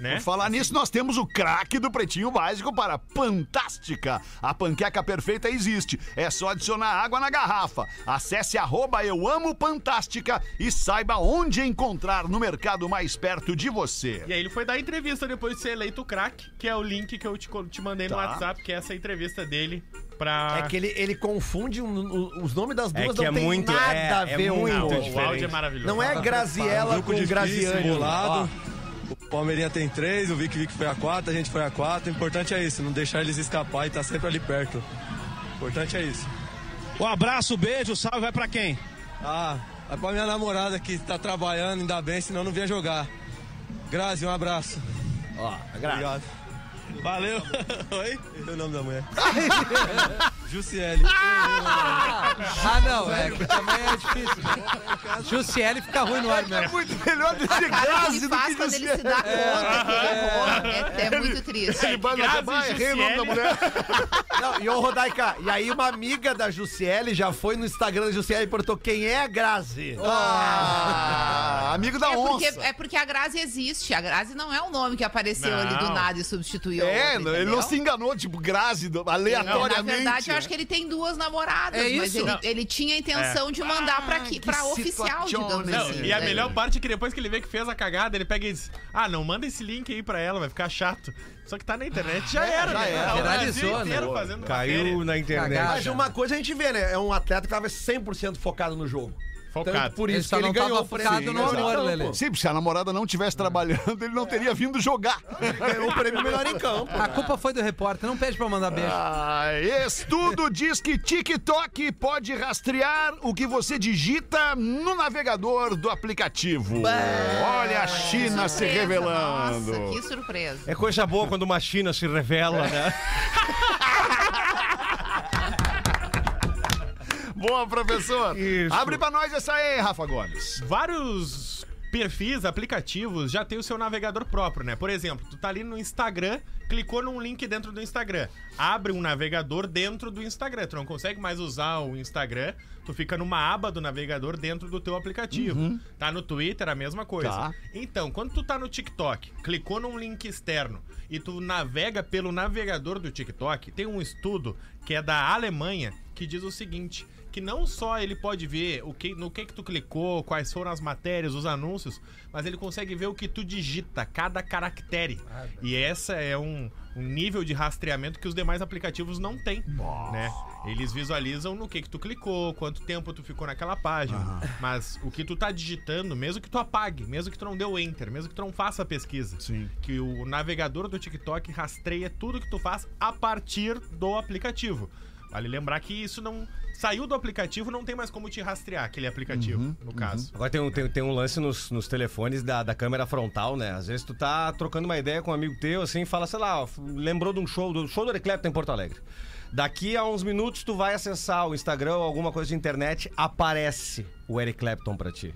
Speaker 4: né?
Speaker 2: Por falar nisso, nós temos o craque do Pretinho Básico para Fantástica. A panqueca perfeita existe. É só adicionar água na garrafa. Acesse arroba Eu Amo Fantástica e saiba onde encontrar no mercado mais perto de você.
Speaker 4: E aí ele foi dar entrevista depois de ser eleito o craque, que é o link que eu te, co- te mandei no
Speaker 2: Tá.
Speaker 4: WhatsApp, que é essa entrevista dele pra...
Speaker 5: É que ele, ele confunde um- um- os nomes das duas,
Speaker 6: que
Speaker 5: não
Speaker 6: é
Speaker 5: tem
Speaker 6: muito-
Speaker 5: nada
Speaker 6: é-
Speaker 5: a
Speaker 6: é
Speaker 5: ver um
Speaker 6: muito
Speaker 5: com o outro.
Speaker 4: O áudio é maravilhoso.
Speaker 5: Não é Graziella com Graziani.
Speaker 9: simulado. O Palmeirinha tem três, o Vic Vic foi a quatro, a gente foi a quatro. O importante é isso, não deixar eles escapar e tá sempre ali perto. O importante é isso. Um abraço, beijo, salve, vai pra quem? Ah, vai pra minha namorada que tá trabalhando, ainda bem, senão não vinha jogar. Grazi, um abraço. Ó, Obrigado. Valeu. Oi? Errei o nome da mulher. Jussiele.
Speaker 3: Ah, não, é que também é difícil. né? Jussiele fica ruim no ar mesmo.
Speaker 2: É Muito melhor do que
Speaker 7: Cara, o que
Speaker 2: Grazi
Speaker 7: ele
Speaker 2: do que
Speaker 7: faz quando ele se dá conta que errou, é, é muito triste.
Speaker 2: Ele vai no
Speaker 4: Grazi
Speaker 2: Acabar,
Speaker 4: e
Speaker 5: é
Speaker 2: errei o
Speaker 8: é
Speaker 2: nome da
Speaker 4: Jussiele.
Speaker 2: mulher.
Speaker 5: Não, e ô Rodaica, e aí uma amiga da Jussiele já foi no Instagram da Jussiele e perguntou quem é a Grazi.
Speaker 2: Ah, amigo da
Speaker 7: É porque,
Speaker 2: onça.
Speaker 7: é porque a Grazi existe. A Grazi não é um nome que apareceu ali do
Speaker 4: Não.
Speaker 7: nada e substituiu.
Speaker 2: É,
Speaker 7: outro,
Speaker 2: ele
Speaker 7: entendeu?
Speaker 2: não se enganou, tipo, Grazi, do-
Speaker 7: Não, na
Speaker 2: aleatoriamente.
Speaker 7: verdade, eu acho que ele tem duas namoradas,
Speaker 3: É
Speaker 7: mas
Speaker 3: isso.
Speaker 7: ele,
Speaker 4: Não.
Speaker 7: ele tinha a intenção
Speaker 2: É.
Speaker 7: de mandar
Speaker 2: Ah,
Speaker 7: pra, aqui, pra oficial,
Speaker 2: situação,
Speaker 7: digamos
Speaker 2: né?
Speaker 4: Não,
Speaker 7: assim.
Speaker 4: e a
Speaker 7: né?
Speaker 4: melhor parte é que depois que ele vê que fez a cagada, ele pega e diz: Ah, não manda esse link aí pra ela, vai ficar chato. Só que tá na internet, já era.
Speaker 2: É, já
Speaker 4: né?
Speaker 2: era.
Speaker 4: Tá o Brasil
Speaker 3: Viralizou,
Speaker 4: inteiro
Speaker 3: né?
Speaker 4: fazendo uma
Speaker 6: Caiu
Speaker 4: matéria.
Speaker 6: na internet.
Speaker 3: Cagada.
Speaker 5: Mas uma coisa a gente vê, né? É um atleta que tava 100% focado no jogo.
Speaker 4: Focado.
Speaker 5: por
Speaker 3: Ele
Speaker 5: isso
Speaker 3: só
Speaker 5: que ele
Speaker 3: não tava
Speaker 5: ganhou o prêmio.
Speaker 3: focado no amor,
Speaker 5: Exato.
Speaker 7: é-
Speaker 3: Lelê.
Speaker 2: Sim, porque se a namorada não estivesse trabalhando, ele não teria vindo jogar.
Speaker 5: Ganhou o prêmio melhor em campo.
Speaker 3: A culpa foi do repórter, não pede pra mandar beijo.
Speaker 2: Ah, estudo diz que TikTok pode rastrear o que você digita no navegador do aplicativo. Olha a China se
Speaker 7: Surpresa,
Speaker 2: revelando.
Speaker 7: Nossa, que surpresa.
Speaker 6: É coisa boa quando uma China se revela, né?
Speaker 2: Boa, professor.
Speaker 6: Isso.
Speaker 2: Abre pra nós essa aí, Rafa Gomes.
Speaker 4: vários perfis, aplicativos já tem o seu navegador próprio, né? Por exemplo, tu tá ali no Instagram, clicou num link dentro do Instagram, abre um navegador dentro do Instagram, tu não consegue mais usar o Instagram, tu fica numa aba do navegador dentro do teu aplicativo. Tá no Twitter a mesma coisa.
Speaker 2: Tá.
Speaker 4: Então, quando tu tá no TikTok, clicou num link externo e tu navega pelo navegador do TikTok, tem um estudo que é da Alemanha que diz o seguinte: que não só ele pode ver o que, no que que tu clicou, quais foram as matérias, os anúncios, mas ele consegue ver o que tu digita, cada caractere. e essa é um, um nível de rastreamento que os demais aplicativos não têm, né? Eles visualizam no que que tu clicou, quanto tempo tu ficou naquela página. Mas o que tu tá digitando, mesmo que tu apague, mesmo que tu não dê o enter, mesmo que tu não faça a pesquisa,
Speaker 2: Sim.
Speaker 4: que o navegador do TikTok rastreia tudo que tu faz a partir do aplicativo. Vale lembrar que isso não saiu do aplicativo, não tem mais como te rastrear aquele aplicativo, no caso.
Speaker 6: Agora tem um, tem, tem um lance nos, nos telefones da, da câmera frontal, né? Às vezes tu tá trocando uma ideia com um amigo teu, assim, fala, sei lá, ó, f- lembrou de um show, do show do Ericlepto em Porto Alegre. Daqui a uns minutos tu vai acessar o Instagram ou alguma coisa de internet, aparece o Eric Clapton pra ti.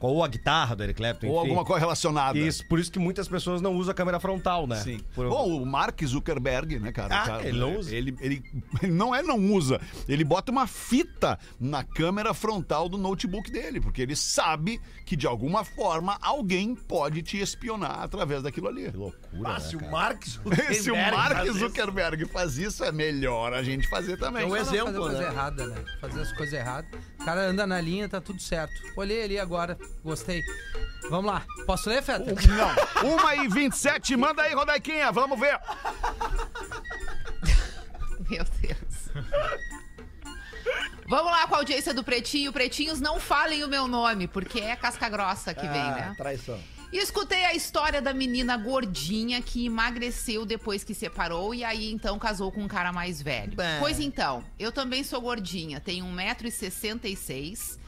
Speaker 6: Ou a guitarra do Eric Clapton,
Speaker 2: Ou
Speaker 6: enfim.
Speaker 2: alguma coisa relacionada.
Speaker 6: Isso, por isso que muitas pessoas não usam a câmera frontal, né?
Speaker 2: Sim.
Speaker 6: Por-
Speaker 2: Bom, o Mark Zuckerberg, né, cara?
Speaker 6: Ah,
Speaker 2: O cara,
Speaker 6: ele não usa.
Speaker 2: Ele, ele- ele não é não usa. Ele bota uma fita na câmera frontal do notebook dele, porque ele sabe que de alguma forma alguém pode te espionar através daquilo ali.
Speaker 6: Que loucura,
Speaker 5: Ah,
Speaker 6: né,
Speaker 5: se o
Speaker 6: cara?
Speaker 5: Mark
Speaker 2: Se o Mark
Speaker 5: Zuckerberg faz isso,
Speaker 2: Zuckerberg faz isso, é melhor a gente fazer também.
Speaker 5: É um
Speaker 3: Só não
Speaker 5: exemplo,
Speaker 3: fazer coisa
Speaker 5: né?
Speaker 3: errada, né? Fazer as coisas erradas. O cara anda na linha, tá tudo certo. Olhei ali agora, gostei. Vamos lá. Posso ler, Feta?
Speaker 5: Um.
Speaker 2: Não. 1 e 27, manda aí, Rodaiquinha, vamos ver.
Speaker 7: Meu Deus. Vamos lá com a audiência do Pretinho. Pretinhos, não falem o meu nome, porque é casca grossa que
Speaker 2: Ah,
Speaker 7: vem, né?
Speaker 5: Traição.
Speaker 7: E escutei a história da menina gordinha que emagreceu depois que separou e aí então casou com um cara mais velho. Pois então, eu também sou gordinha, tenho 1,66m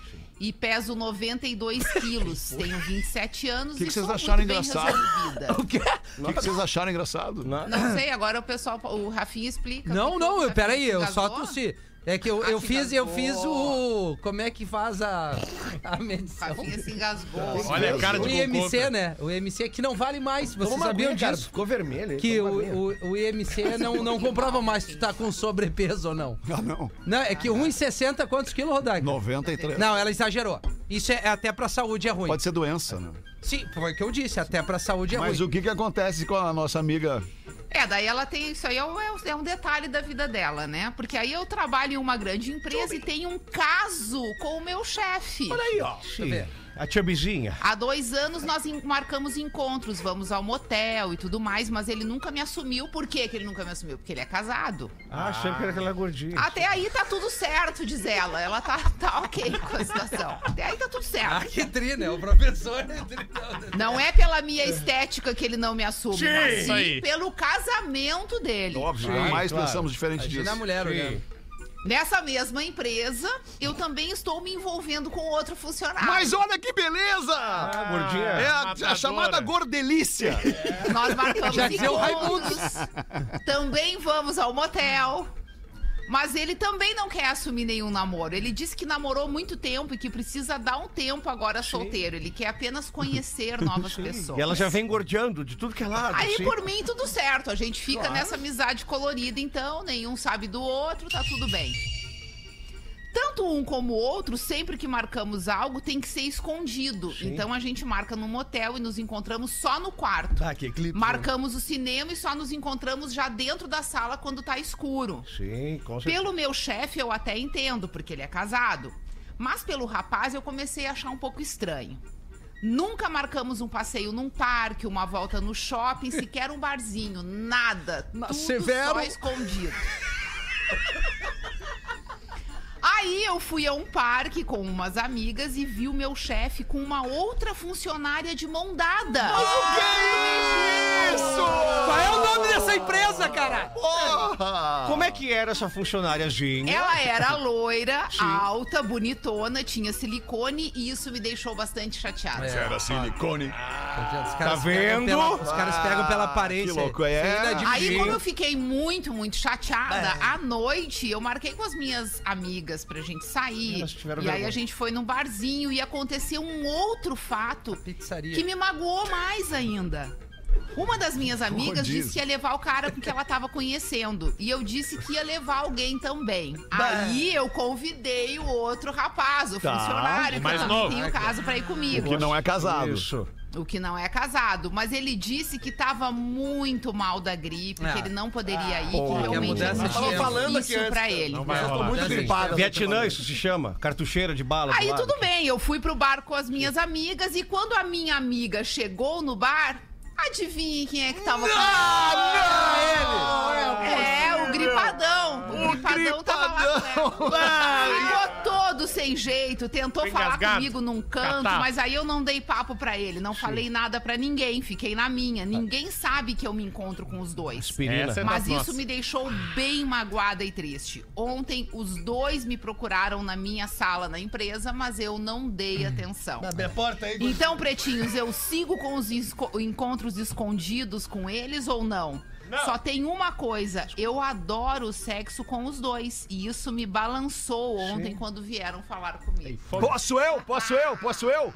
Speaker 7: e peso 92 quilos, tenho 27 anos
Speaker 2: Que que
Speaker 7: e
Speaker 2: vocês
Speaker 7: sou
Speaker 2: acharam
Speaker 7: muito bem
Speaker 2: engraçado?
Speaker 7: resolvida.
Speaker 3: O quê?
Speaker 2: O que, que vocês acharam engraçado?
Speaker 7: Não sei, agora o pessoal, o Rafinha explica. o
Speaker 3: Não,
Speaker 7: que
Speaker 3: não,
Speaker 7: que o
Speaker 3: eu, peraí, eu só
Speaker 7: casou.
Speaker 3: tossi. É que eu,
Speaker 7: Ah,
Speaker 3: eu
Speaker 7: se
Speaker 3: fiz, eu fiz
Speaker 7: engasgou.
Speaker 3: o. Como é que faz a, a
Speaker 7: O
Speaker 3: medição?
Speaker 7: Rafinha se engasgou.
Speaker 4: Olha a cara de
Speaker 3: O
Speaker 4: cocô,
Speaker 3: IMC,
Speaker 4: cara.
Speaker 3: né? O IMC que não vale mais. Vocês
Speaker 5: Toma uma
Speaker 3: sabiam
Speaker 5: aguinha, cara,
Speaker 3: disso?
Speaker 5: Ficou vermelho. aí,
Speaker 3: Que
Speaker 5: toma uma
Speaker 3: o,
Speaker 5: aguinha.
Speaker 3: o, o IMC não, não comprova mais se tu tá com sobrepeso ou não.
Speaker 2: Ah, não.
Speaker 3: Não, é que 1,60 quantos quilos, Rodak?
Speaker 2: 93.
Speaker 3: Não, ela exagerou. Isso é, é até pra saúde é ruim.
Speaker 2: Pode ser doença, né?
Speaker 3: Sim, foi o que eu disse, até pra saúde é
Speaker 2: Mas
Speaker 3: ruim.
Speaker 2: o que, que acontece com a nossa amiga?
Speaker 7: É, daí ela tem. Isso aí é um, é um- é um detalhe da vida dela, né? Porque aí eu trabalho em uma grande empresa e tenho um caso com o meu chefe.
Speaker 3: Deixa eu ver.
Speaker 6: A tia Bijinha.
Speaker 7: Há dois anos nós en- marcamos encontros, vamos ao motel e tudo mais, mas ele nunca me assumiu. Por quê que ele nunca me assumiu? Porque ele é casado.
Speaker 6: Ah, achei que era aquela gordinha.
Speaker 7: Até aí tá tudo certo, diz ela. Ela tá, tá ok com a situação. Até aí tá tudo
Speaker 3: Ah,
Speaker 7: certo.
Speaker 3: que tri, né? O professor é tri.
Speaker 7: Não é pela minha estética que ele não me assume, mas
Speaker 4: Isso
Speaker 7: sim
Speaker 4: aí.
Speaker 7: pelo casamento dele.
Speaker 2: Óbvio,
Speaker 6: Sim,
Speaker 2: jamais
Speaker 6: claro.
Speaker 2: pensamos diferente disso.
Speaker 3: Imagina a mulher olhando.
Speaker 7: Nessa mesma empresa, eu também estou me envolvendo com outro funcionário.
Speaker 2: Mas olha que beleza!
Speaker 6: Ah, gordinha.
Speaker 2: é a, a
Speaker 4: matadora.
Speaker 2: chamada gordelícia. É.
Speaker 7: Nós marcamos
Speaker 3: Já dizia o
Speaker 7: encontros. Também vamos ao motel. Mas ele também não quer assumir nenhum namoro. Ele disse que namorou muito tempo e que precisa dar um tempo agora solteiro. Ele quer apenas conhecer novas pessoas.
Speaker 6: E ela já vem engordeando de tudo que é lado.
Speaker 7: Aí,
Speaker 6: sim.
Speaker 7: por mim, tudo certo. A gente fica nessa amizade colorida, então, nenhum sabe do outro, tá tudo bem. Tanto um como o outro, sempre que marcamos algo, tem que ser escondido. Então a gente marca num motel e nos encontramos só no quarto.
Speaker 6: Ah, que clipe.
Speaker 7: Marcamos o cinema e só nos encontramos já dentro da sala quando tá escuro.
Speaker 6: Sim, com certeza.
Speaker 7: Pelo meu chefe, eu até entendo, porque ele é casado. Mas pelo rapaz, eu comecei a achar um pouco estranho. Nunca marcamos um passeio num parque, uma volta no shopping, sequer um barzinho, nada.
Speaker 3: Mas
Speaker 7: Tudo
Speaker 3: severo.
Speaker 7: só escondido. Aí Aí eu fui a um parque com umas amigas e vi o meu chefe com uma outra funcionária de mão dada.
Speaker 3: Qual é o nome dessa empresa, cara?
Speaker 6: Como é que era essa funcionária, Ginha?
Speaker 7: Ela era loira, alta, bonitona, tinha silicone e isso me deixou bastante chateada.
Speaker 2: Era silicone.
Speaker 3: Os caras
Speaker 6: vendo?
Speaker 3: pegam pela- os caras pegam pela aparência.
Speaker 2: que louco, é.
Speaker 3: Isso inadmissível.
Speaker 7: Aí, como eu fiquei muito, muito chateada, à noite eu marquei com as minhas amigas pra gente sair.
Speaker 6: Elas tiveram
Speaker 7: E aí
Speaker 6: vergonha.
Speaker 7: a gente foi num barzinho e aconteceu um outro fato
Speaker 3: Pizzaria.
Speaker 7: que me magoou mais ainda. Uma das minhas amigas
Speaker 2: Rodízio.
Speaker 7: disse que ia levar o cara que ela tava conhecendo. E eu disse que ia levar alguém também. Aí eu convidei o outro rapaz, o
Speaker 2: Tá,
Speaker 7: funcionário, que
Speaker 4: mais
Speaker 7: também
Speaker 4: novo.
Speaker 7: tem o caso pra ir comigo.
Speaker 2: Que não é casado.
Speaker 6: Isso.
Speaker 7: O que não é casado, mas ele disse que tava muito mal da gripe,
Speaker 3: Ah.
Speaker 7: que ele não poderia ir,
Speaker 3: que
Speaker 7: que
Speaker 3: a
Speaker 7: realmente
Speaker 3: mudança
Speaker 7: não
Speaker 3: de
Speaker 7: tinha
Speaker 3: tempo.
Speaker 5: Falando aqui
Speaker 7: isso
Speaker 5: antes,
Speaker 7: pra ele.
Speaker 4: Não vai
Speaker 5: Eu tô
Speaker 4: rolar.
Speaker 5: muito
Speaker 3: Assim,
Speaker 5: gripado.
Speaker 6: Vietnã, isso se chama. Cartucheira de bala. do
Speaker 7: Aí
Speaker 6: lado.
Speaker 7: tudo bem, eu fui pro bar com as minhas amigas e quando a minha amiga chegou no bar, adivinhe quem é que tava com ela? É, o gripadão. O, gripadão, tava lá com ela. Ficou todo sem jeito, tentou falar
Speaker 4: Engasgado.
Speaker 7: comigo num canto,
Speaker 4: Catar.
Speaker 7: mas aí eu não dei papo pra ele, não falei nada pra ninguém, fiquei na minha. Ninguém sabe que eu me encontro com os dois.
Speaker 4: Essa é
Speaker 7: Mas
Speaker 4: das
Speaker 7: isso
Speaker 4: nossas.
Speaker 7: me deixou bem magoada e triste. Ontem, os dois me procuraram na minha sala na empresa, mas eu não dei atenção.
Speaker 8: Abre a porta aí.
Speaker 7: Então, pretinhos, eu sigo com os esco- encontros escondidos com eles ou não? Só tem uma coisa, eu adoro o sexo com os dois. E isso me balançou ontem quando vieram falar comigo.
Speaker 2: Posso eu? Posso eu? Posso eu?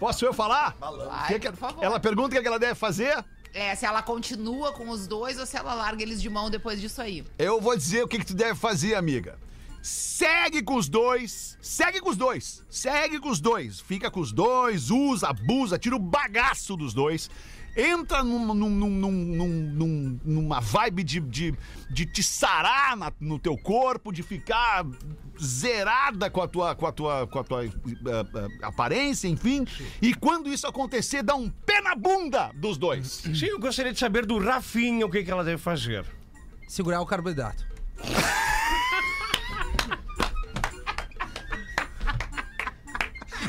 Speaker 2: Posso eu falar?
Speaker 7: Vai,
Speaker 2: Que que-
Speaker 7: por favor.
Speaker 2: ela pergunta o que que ela deve fazer.
Speaker 7: É, se ela continua com os dois ou se ela larga eles de mão depois disso aí.
Speaker 2: Eu vou dizer o que, que tu deve fazer, amiga. Segue com os dois. Segue com os dois. Segue com os dois. Fica com os dois, usa, abusa, tira o bagaço dos dois. Entra num- num- num- num- num- num- numa vibe de, de, de te sarar na- no teu corpo, de ficar zerada com a tua, com a tua, com a tua eh, eh, aparência, enfim. E quando isso acontecer, dá um pé na bunda dos dois.
Speaker 6: Sim, eu gostaria de saber do Rafinha o que, que ela deve fazer.
Speaker 3: Segurar o carboidrato.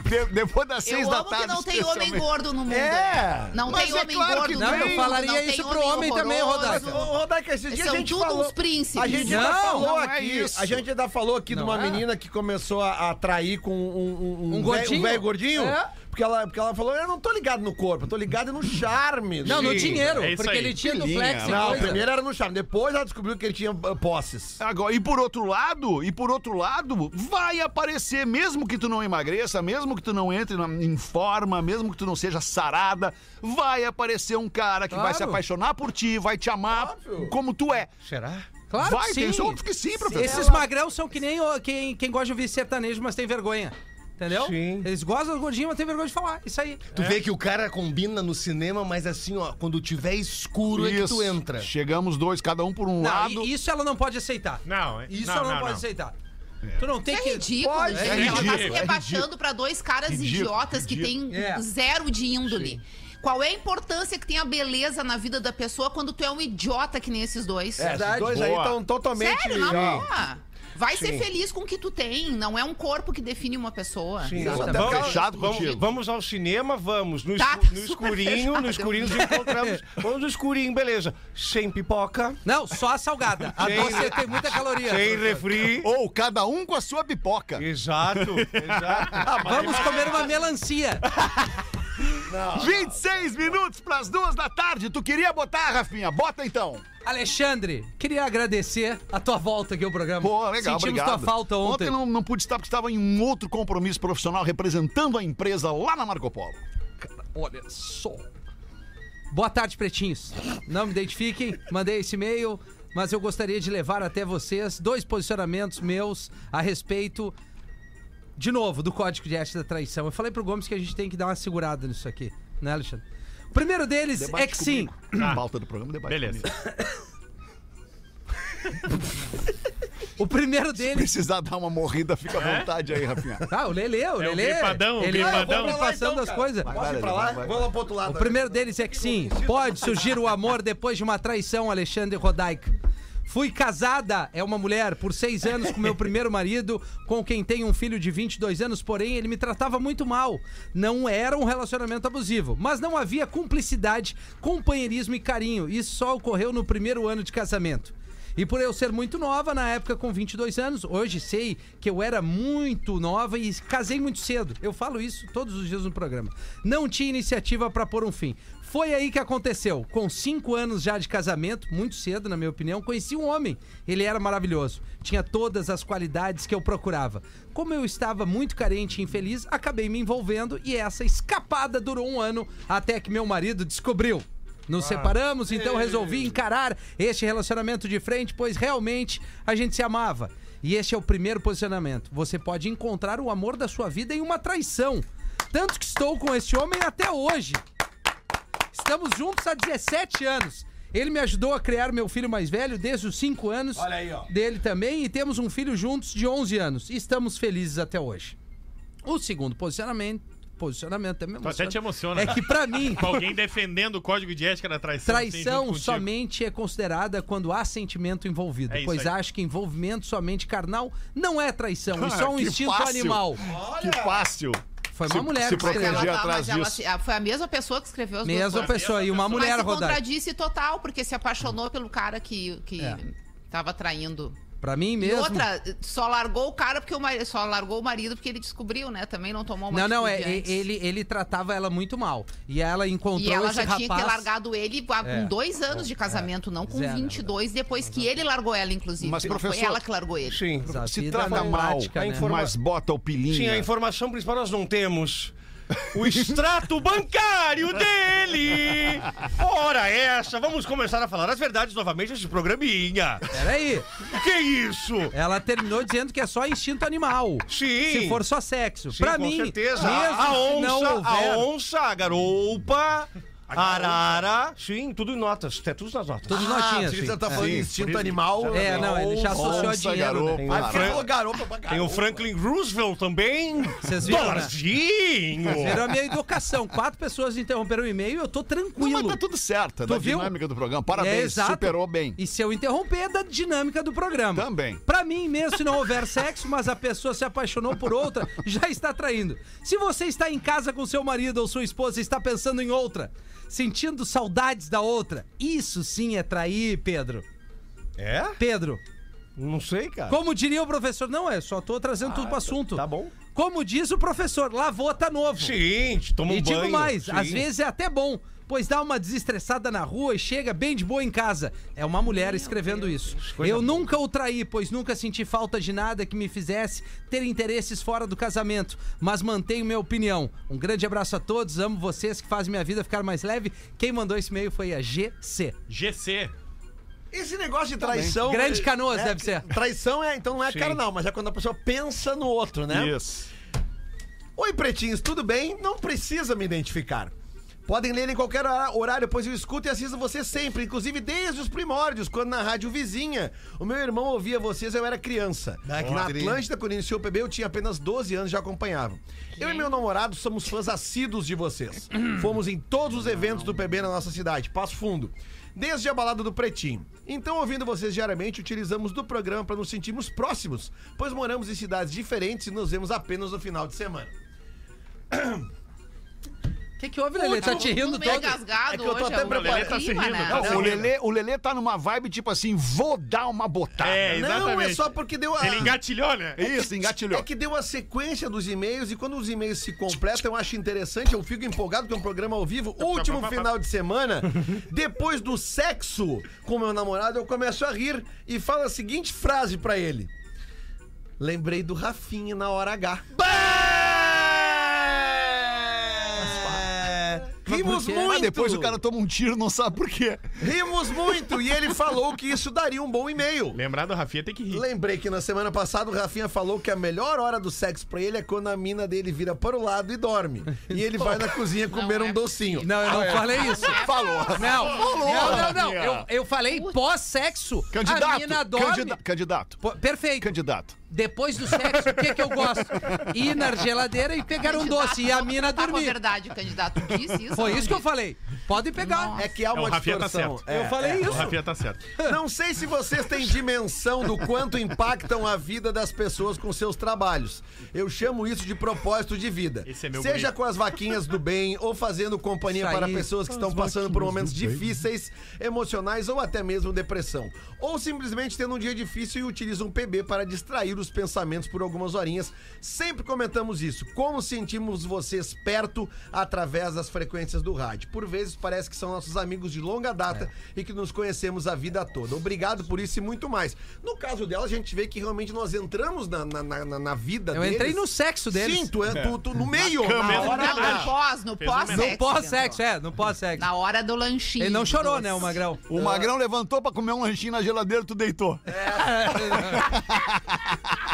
Speaker 2: De- depois das
Speaker 7: Eu
Speaker 2: seis da
Speaker 7: amo
Speaker 2: tarde.
Speaker 7: que não tem homem gordo no mundo.
Speaker 5: É,
Speaker 7: Não
Speaker 2: mas
Speaker 7: tem
Speaker 2: é
Speaker 7: homem
Speaker 2: claro que
Speaker 7: gordo no
Speaker 3: não, eu
Speaker 7: mundo.
Speaker 3: falaria
Speaker 7: não tem
Speaker 3: isso pro homem também,
Speaker 7: horroroso.
Speaker 5: Ô, Rodaica, esses dias
Speaker 7: São
Speaker 5: a gente
Speaker 7: tudo
Speaker 5: falou...
Speaker 7: uns príncipes.
Speaker 5: A gente ainda
Speaker 3: Não,
Speaker 5: falou
Speaker 2: não é
Speaker 5: aqui,
Speaker 2: isso.
Speaker 5: a gente ainda falou aqui de uma menina que começou a atrair com um, um, um,
Speaker 3: Ah. Um
Speaker 5: velho-
Speaker 3: gordinho?
Speaker 5: um velho gordinho.
Speaker 3: É.
Speaker 5: Porque, ela, porque ela falou, eu não tô ligado no corpo, eu tô ligado no charme.
Speaker 3: Não, no
Speaker 5: Sim.
Speaker 3: dinheiro,
Speaker 4: é isso
Speaker 3: porque
Speaker 4: aí.
Speaker 3: ele tinha
Speaker 2: Pilinha,
Speaker 3: duplex e
Speaker 5: Não,
Speaker 3: coisa.
Speaker 5: primeiro era no charme, depois ela descobriu que ele tinha uh, posses.
Speaker 2: Agora, e por outro lado, e por outro lado, vai aparecer, mesmo que tu não emagreça, mesmo que tu não entre na- em forma, mesmo que tu não seja sarada, vai aparecer um cara que vai
Speaker 3: Claro.
Speaker 2: se apaixonar por ti, vai te amar
Speaker 5: Óbvio.
Speaker 2: como tu é.
Speaker 6: Será?
Speaker 3: Claro
Speaker 2: vai,
Speaker 3: que
Speaker 2: tem
Speaker 3: sim.
Speaker 2: outros que sim, professor.
Speaker 3: Esses magrão são que nem o- quem, quem gosta de ouvir sertanejo, mas tem vergonha. Entendeu?
Speaker 6: Sim.
Speaker 3: Eles gostam do gordinho, mas tem vergonha de falar. Isso aí.
Speaker 8: Tu vê que o cara combina no cinema, mas assim, ó, quando tiver escuro é que tu entra.
Speaker 2: Chegamos dois, cada um por um
Speaker 3: Não,
Speaker 2: lado.
Speaker 3: i- isso ela não pode aceitar.
Speaker 4: Não, é-
Speaker 3: Isso
Speaker 4: não,
Speaker 3: ela não,
Speaker 4: não,
Speaker 3: pode
Speaker 4: não.
Speaker 3: aceitar. Tu não tem
Speaker 7: Isso
Speaker 3: que.
Speaker 7: é ridículo,
Speaker 3: Pode,
Speaker 7: gente.
Speaker 3: é
Speaker 7: Ela tá se
Speaker 2: ridículo, é
Speaker 7: rebaixando pra dois caras
Speaker 2: Ridículo,
Speaker 7: idiotas que
Speaker 2: ridículo.
Speaker 7: têm
Speaker 3: É.
Speaker 7: zero de índole. Qual é a importância que tem a beleza na vida da pessoa quando tu é um idiota que nem esses dois?
Speaker 5: É, esses
Speaker 3: Verdade.
Speaker 5: dois aí
Speaker 2: Boa.
Speaker 5: estão totalmente...
Speaker 7: Sério, na
Speaker 5: ó,
Speaker 7: boa. Vai ser feliz com o que tu tem. Não é um corpo que define uma pessoa.
Speaker 6: Sim.
Speaker 5: Isso,
Speaker 6: Vamos-
Speaker 5: até porque ela-
Speaker 2: Fechado
Speaker 6: tá Vamos,
Speaker 2: contigo.
Speaker 6: vamos ao cinema, vamos. No,
Speaker 7: Tá,
Speaker 6: escu- no
Speaker 7: super
Speaker 6: escurinho,
Speaker 7: fechado.
Speaker 6: no escurinho nos encontramos. Vamos no escurinho, beleza. Sem pipoca,
Speaker 3: Não, só a salgada. A
Speaker 6: Sem-
Speaker 3: doce Ah, tem muita caloria.
Speaker 6: sem refri.
Speaker 2: Ou cada um com a sua pipoca.
Speaker 6: Exato, exato.
Speaker 3: Vamos comer uma melancia. Ah.
Speaker 2: 26 minutos para as duas da tarde. Tu queria botar, Rafinha? Bota então.
Speaker 3: Alexandre, queria agradecer a tua volta aqui ao programa.
Speaker 2: Pô, legal,
Speaker 3: Sentimos
Speaker 2: obrigado.
Speaker 3: tua falta
Speaker 2: eu
Speaker 3: ontem.
Speaker 2: não, não pude estar porque estava em um outro compromisso profissional representando a empresa lá na Marco Polo.
Speaker 3: Olha só. Boa tarde, pretinhos. Não me identifiquem, mandei esse e-mail, mas eu gostaria de levar até vocês dois posicionamentos meus a respeito, de novo, do Código de Ética da Traição. Eu falei pro Gomes que a gente tem que dar uma segurada nisso aqui, né, Alexandre? O primeiro deles é que sim.
Speaker 2: Ah. Pauta do programa, debate.
Speaker 4: Beleza.
Speaker 2: comigo.
Speaker 3: O primeiro deles.
Speaker 2: Precisar dar uma morrida, fica à vontade aí, Rafinha.
Speaker 3: Ah, o Lele, o Lele.
Speaker 4: gripadão, É então, o
Speaker 3: ele
Speaker 4: gripadão.
Speaker 3: Ele passando as coisas.
Speaker 5: Posso ir pra lá? Vamos lá pro outro lado.
Speaker 3: O primeiro deles é que sim, pode surgir o amor depois de uma traição, Alexandre Rodaica. Fui casada, é uma mulher, por seis anos com meu primeiro marido, com quem tenho um filho de 22 anos, porém ele me tratava muito mal. Não era um relacionamento abusivo, mas não havia cumplicidade, companheirismo e carinho. Isso só ocorreu no primeiro ano de casamento. E por eu ser muito nova na época com 22 anos, hoje sei que eu era muito nova e casei muito cedo. Eu falo isso todos os dias no programa. Não tinha iniciativa para pôr um fim. Foi aí que aconteceu. Com 5 anos já de casamento, muito cedo na minha opinião, conheci um homem. Ele era maravilhoso. Tinha todas as qualidades que eu procurava. Como eu estava muito carente e infeliz, acabei me envolvendo e essa escapada durou um ano até que meu marido descobriu. Nos separamos, então resolvi encarar este relacionamento de frente, pois realmente a gente se amava. E este é o primeiro posicionamento. Você pode encontrar o amor da sua vida em uma traição. Tanto que estou com este homem até hoje. Estamos juntos há 17 anos. Ele me ajudou a criar meu filho mais velho desde os 5 anos dele também e temos um filho juntos de 11 anos. Estamos felizes até hoje. O segundo posicionamento, posicionamento é mesmo.
Speaker 4: Tu até te emociona. né?
Speaker 3: É que pra mim,
Speaker 4: Com alguém defendendo o código de ética da traição. assim, junto
Speaker 3: Traição
Speaker 4: contigo.
Speaker 3: somente é considerada quando há sentimento envolvido,
Speaker 4: É isso
Speaker 3: pois
Speaker 4: aí.
Speaker 3: acho que envolvimento somente carnal não é traição, é
Speaker 2: Ah,
Speaker 3: só um
Speaker 2: que
Speaker 3: instinto
Speaker 2: fácil.
Speaker 3: animal.
Speaker 2: Que fácil.
Speaker 3: Foi
Speaker 2: Se-
Speaker 3: uma mulher
Speaker 2: se
Speaker 3: que escreveu.
Speaker 2: proteger.
Speaker 7: Ela tá,
Speaker 2: atrás
Speaker 7: mas ela
Speaker 2: disso.
Speaker 7: se- ah, foi a mesma pessoa que escreveu as duas
Speaker 3: Mesma
Speaker 7: coisas.
Speaker 3: pessoa e uma
Speaker 7: Mas
Speaker 3: mulher,
Speaker 7: se
Speaker 3: Rodaica.
Speaker 7: contradisse total, porque se apaixonou pelo cara que, que
Speaker 3: É.
Speaker 7: tava traindo.
Speaker 3: Pra mim
Speaker 7: E
Speaker 3: mesmo.
Speaker 7: outra, só largou o cara porque o marido, só largou o marido porque ele descobriu, né? Também não tomou uma
Speaker 3: Não, não, é,
Speaker 7: atitude antes.
Speaker 3: ele, ele tratava ela muito mal. E ela encontrou
Speaker 7: E ela
Speaker 3: esse
Speaker 7: já
Speaker 3: rapaz.
Speaker 7: tinha que ter largado ele ah, com
Speaker 3: É.
Speaker 7: dois anos de casamento, não com
Speaker 3: Zero,
Speaker 7: 22, depois que ele largou ela, inclusive.
Speaker 2: Mas,
Speaker 7: Não
Speaker 2: professor-
Speaker 7: foi ela que largou ele.
Speaker 6: Sim.
Speaker 3: Mas a
Speaker 2: Se
Speaker 3: vida
Speaker 2: trata
Speaker 3: na
Speaker 2: mal,
Speaker 3: prática, né?
Speaker 2: mas bota o pilinho.
Speaker 6: Sim, a informação principal nós não temos. O extrato bancário dele! Ora essa, vamos começar a falar as verdades novamente nesse programinha.
Speaker 3: Peraí,
Speaker 6: Que isso?
Speaker 3: ela terminou dizendo que é só instinto animal.
Speaker 6: Sim.
Speaker 3: Se for só sexo.
Speaker 6: Sim,
Speaker 3: pra
Speaker 6: com
Speaker 3: mim,
Speaker 6: certeza.
Speaker 3: mesmo
Speaker 6: a
Speaker 3: se não
Speaker 6: onça,
Speaker 3: houver-
Speaker 6: a onça, a garoupa, a arara. Sim, tudo em notas. É tudo nas notas.
Speaker 3: Tudo notinha,
Speaker 5: Você
Speaker 3: assim.
Speaker 5: tá falando de instinto animal.
Speaker 3: É, não, ele já associou a
Speaker 2: Onça,
Speaker 3: dinheiro. né?
Speaker 2: garoto,
Speaker 6: Mas
Speaker 2: arara.
Speaker 5: Ele falou garopa pra
Speaker 6: Tem
Speaker 5: caralho.
Speaker 6: o Franklin Roosevelt também.
Speaker 3: Vocês viram, né?
Speaker 6: Dorzinho.
Speaker 3: Era a minha educação. Quatro pessoas interromperam o e-mail e eu tô
Speaker 2: Não,
Speaker 3: tranquilo.
Speaker 2: mas tá tudo certo, é da
Speaker 3: viu? É,
Speaker 2: dinâmica do programa. Parabéns,
Speaker 3: exato.
Speaker 2: superou bem.
Speaker 3: E se eu interromper, é da dinâmica do programa.
Speaker 2: Também.
Speaker 3: Pra mim, mesmo se não houver sexo, mas a pessoa se apaixonou por outra, já está traindo. Se você está em casa com seu marido ou sua esposa e está pensando em outra, sentindo saudades da outra, isso sim é trair, Pedro.
Speaker 6: É?
Speaker 3: Pedro,
Speaker 6: Não sei, cara.
Speaker 3: como diria o professor, não é, só tô trazendo tudo pro assunto.
Speaker 6: tá bom.
Speaker 3: Como diz o professor, lavou, tá novo.
Speaker 6: Gente, toma um
Speaker 3: e digo
Speaker 6: banho.
Speaker 3: mais,
Speaker 6: Sim.
Speaker 3: às vezes é até bom, pois dá uma desestressada na rua e chega bem de boa em casa. É uma mulher escrevendo isso. Eu nunca o traí, pois nunca senti falta de nada que me fizesse ter interesses fora do casamento, mas mantenho minha opinião. Um grande abraço a todos, amo vocês que fazem minha vida ficar mais leve. Quem mandou esse e-mail foi a GC.
Speaker 4: GC.
Speaker 5: Esse negócio de traição.
Speaker 3: Grande
Speaker 5: é-
Speaker 3: Canoas
Speaker 5: é-
Speaker 3: deve ser.
Speaker 5: Traição é, então não é carnal, mas é quando a pessoa pensa no outro, né?
Speaker 2: Isso.
Speaker 5: Oi, pretinhos, tudo bem? Não precisa me identificar. Podem ler em qualquer hora- horário, pois eu escuto e assisto vocês sempre, inclusive desde os primórdios, quando na rádio vizinha. O meu irmão ouvia vocês, eu era criança. na Atlântida, quando iniciou o PB, eu tinha apenas 12 anos e já acompanhava. Eu e meu namorado somos fãs assíduos de vocês. Fomos em todos os eventos do PB na nossa cidade, Passo Fundo. Desde a balada do Pretinho. Então, ouvindo vocês diariamente, utilizamos do programa para nos sentirmos próximos, pois moramos em cidades diferentes e nos vemos apenas no final de semana.
Speaker 3: O que, que houve, Lelê? Tá te rindo
Speaker 7: meio
Speaker 3: todo?
Speaker 7: engasgado
Speaker 5: É que eu tô
Speaker 7: hoje,
Speaker 5: até
Speaker 7: o
Speaker 5: preparado.
Speaker 4: Tá se
Speaker 7: clima,
Speaker 4: rindo,
Speaker 7: né?
Speaker 4: tá se
Speaker 2: O Lelê, o Lelê tá numa vibe tipo assim, vou dar uma botada.
Speaker 4: É,
Speaker 5: Não, é
Speaker 4: exatamente.
Speaker 5: só porque deu a.
Speaker 4: Ele engatilhou, né?
Speaker 2: Isso, engatilhou.
Speaker 5: É que deu a sequência dos e-mails e quando os e-mails se completam, eu acho interessante, eu fico empolgado com um programa ao vivo. Último final de semana, depois do sexo com meu namorado, eu começo a rir e falo a seguinte frase pra ele. Lembrei do Rafinha na hora H. Rimos
Speaker 3: por quê?
Speaker 5: muito!
Speaker 2: Mas depois o cara toma um tiro, não sabe por quê.
Speaker 5: Rimos muito! E ele falou que isso daria um bom e-mail.
Speaker 4: Lembrar do Rafinha tem que rir.
Speaker 5: Lembrei que na semana passada o Rafinha falou que a melhor hora do sexo pra ele é quando a mina dele vira para o lado e dorme. E ele vai na cozinha comer
Speaker 7: Não
Speaker 5: um
Speaker 7: é
Speaker 5: docinho.
Speaker 3: Não, eu não falei isso.
Speaker 2: Falou.
Speaker 3: Não, não, não, não.
Speaker 2: Rafinha.
Speaker 3: Eu, eu falei pós-sexo, a
Speaker 2: Candidato.
Speaker 3: mina dorme.
Speaker 2: candida- candidato.
Speaker 3: Pô, Perfeito.
Speaker 2: Candidato.
Speaker 3: Depois do sexo, o que, que eu gosto? Ir na geladeira e pegar um
Speaker 7: Candidato,
Speaker 3: doce e a
Speaker 7: não
Speaker 3: mina
Speaker 7: tá com a
Speaker 3: dormir.
Speaker 7: verdade, o candidato disse isso.
Speaker 3: Foi
Speaker 7: não
Speaker 3: isso que eu
Speaker 7: disse?
Speaker 3: falei. Pode pegar.
Speaker 7: Nossa.
Speaker 5: É que há
Speaker 4: É, o
Speaker 5: uma
Speaker 4: Rafinha tá
Speaker 5: distorção.
Speaker 4: certo.
Speaker 5: É,
Speaker 3: eu falei
Speaker 5: é.
Speaker 4: O
Speaker 3: isso.
Speaker 4: Rafinha tá certo.
Speaker 5: Não sei se vocês têm dimensão do quanto impactam a vida das pessoas com seus trabalhos. Eu chamo isso de propósito de vida.
Speaker 4: Esse é meu
Speaker 5: Seja
Speaker 4: bonito.
Speaker 5: com as vaquinhas do bem ou fazendo companhia
Speaker 3: Isso
Speaker 5: para
Speaker 3: aí.
Speaker 5: pessoas que estão passando por momentos difíceis, emocionais ou até mesmo depressão. Ou simplesmente tendo um dia difícil e utilizam um PB para distrair os pensamentos por algumas horinhas. Sempre comentamos isso. Como sentimos vocês perto através das frequências do rádio. Por vezes parece que são nossos amigos de longa data
Speaker 3: É.
Speaker 5: e que nos conhecemos a vida toda. Obrigado por isso e muito mais. No caso dela, a gente vê que realmente nós entramos na, na, na, na vida
Speaker 3: Eu
Speaker 5: deles.
Speaker 3: entrei no sexo deles.
Speaker 5: Sim, tu, tu, tu no meio.
Speaker 4: câmera.
Speaker 5: na hora
Speaker 7: Não,
Speaker 4: Fez um
Speaker 7: na
Speaker 4: homenagem.
Speaker 7: pós, no
Speaker 4: Fez um
Speaker 3: tá.
Speaker 7: pós-sexo.
Speaker 3: No pós-sexo, é, no pós-sexo.
Speaker 7: Na hora do lanchinho.
Speaker 3: Ele não
Speaker 7: do
Speaker 3: chorou,
Speaker 7: doce.
Speaker 3: né, o Magrão?
Speaker 1: O Magrão levantou pra comer um lanchinho na geladeira, tu deitou.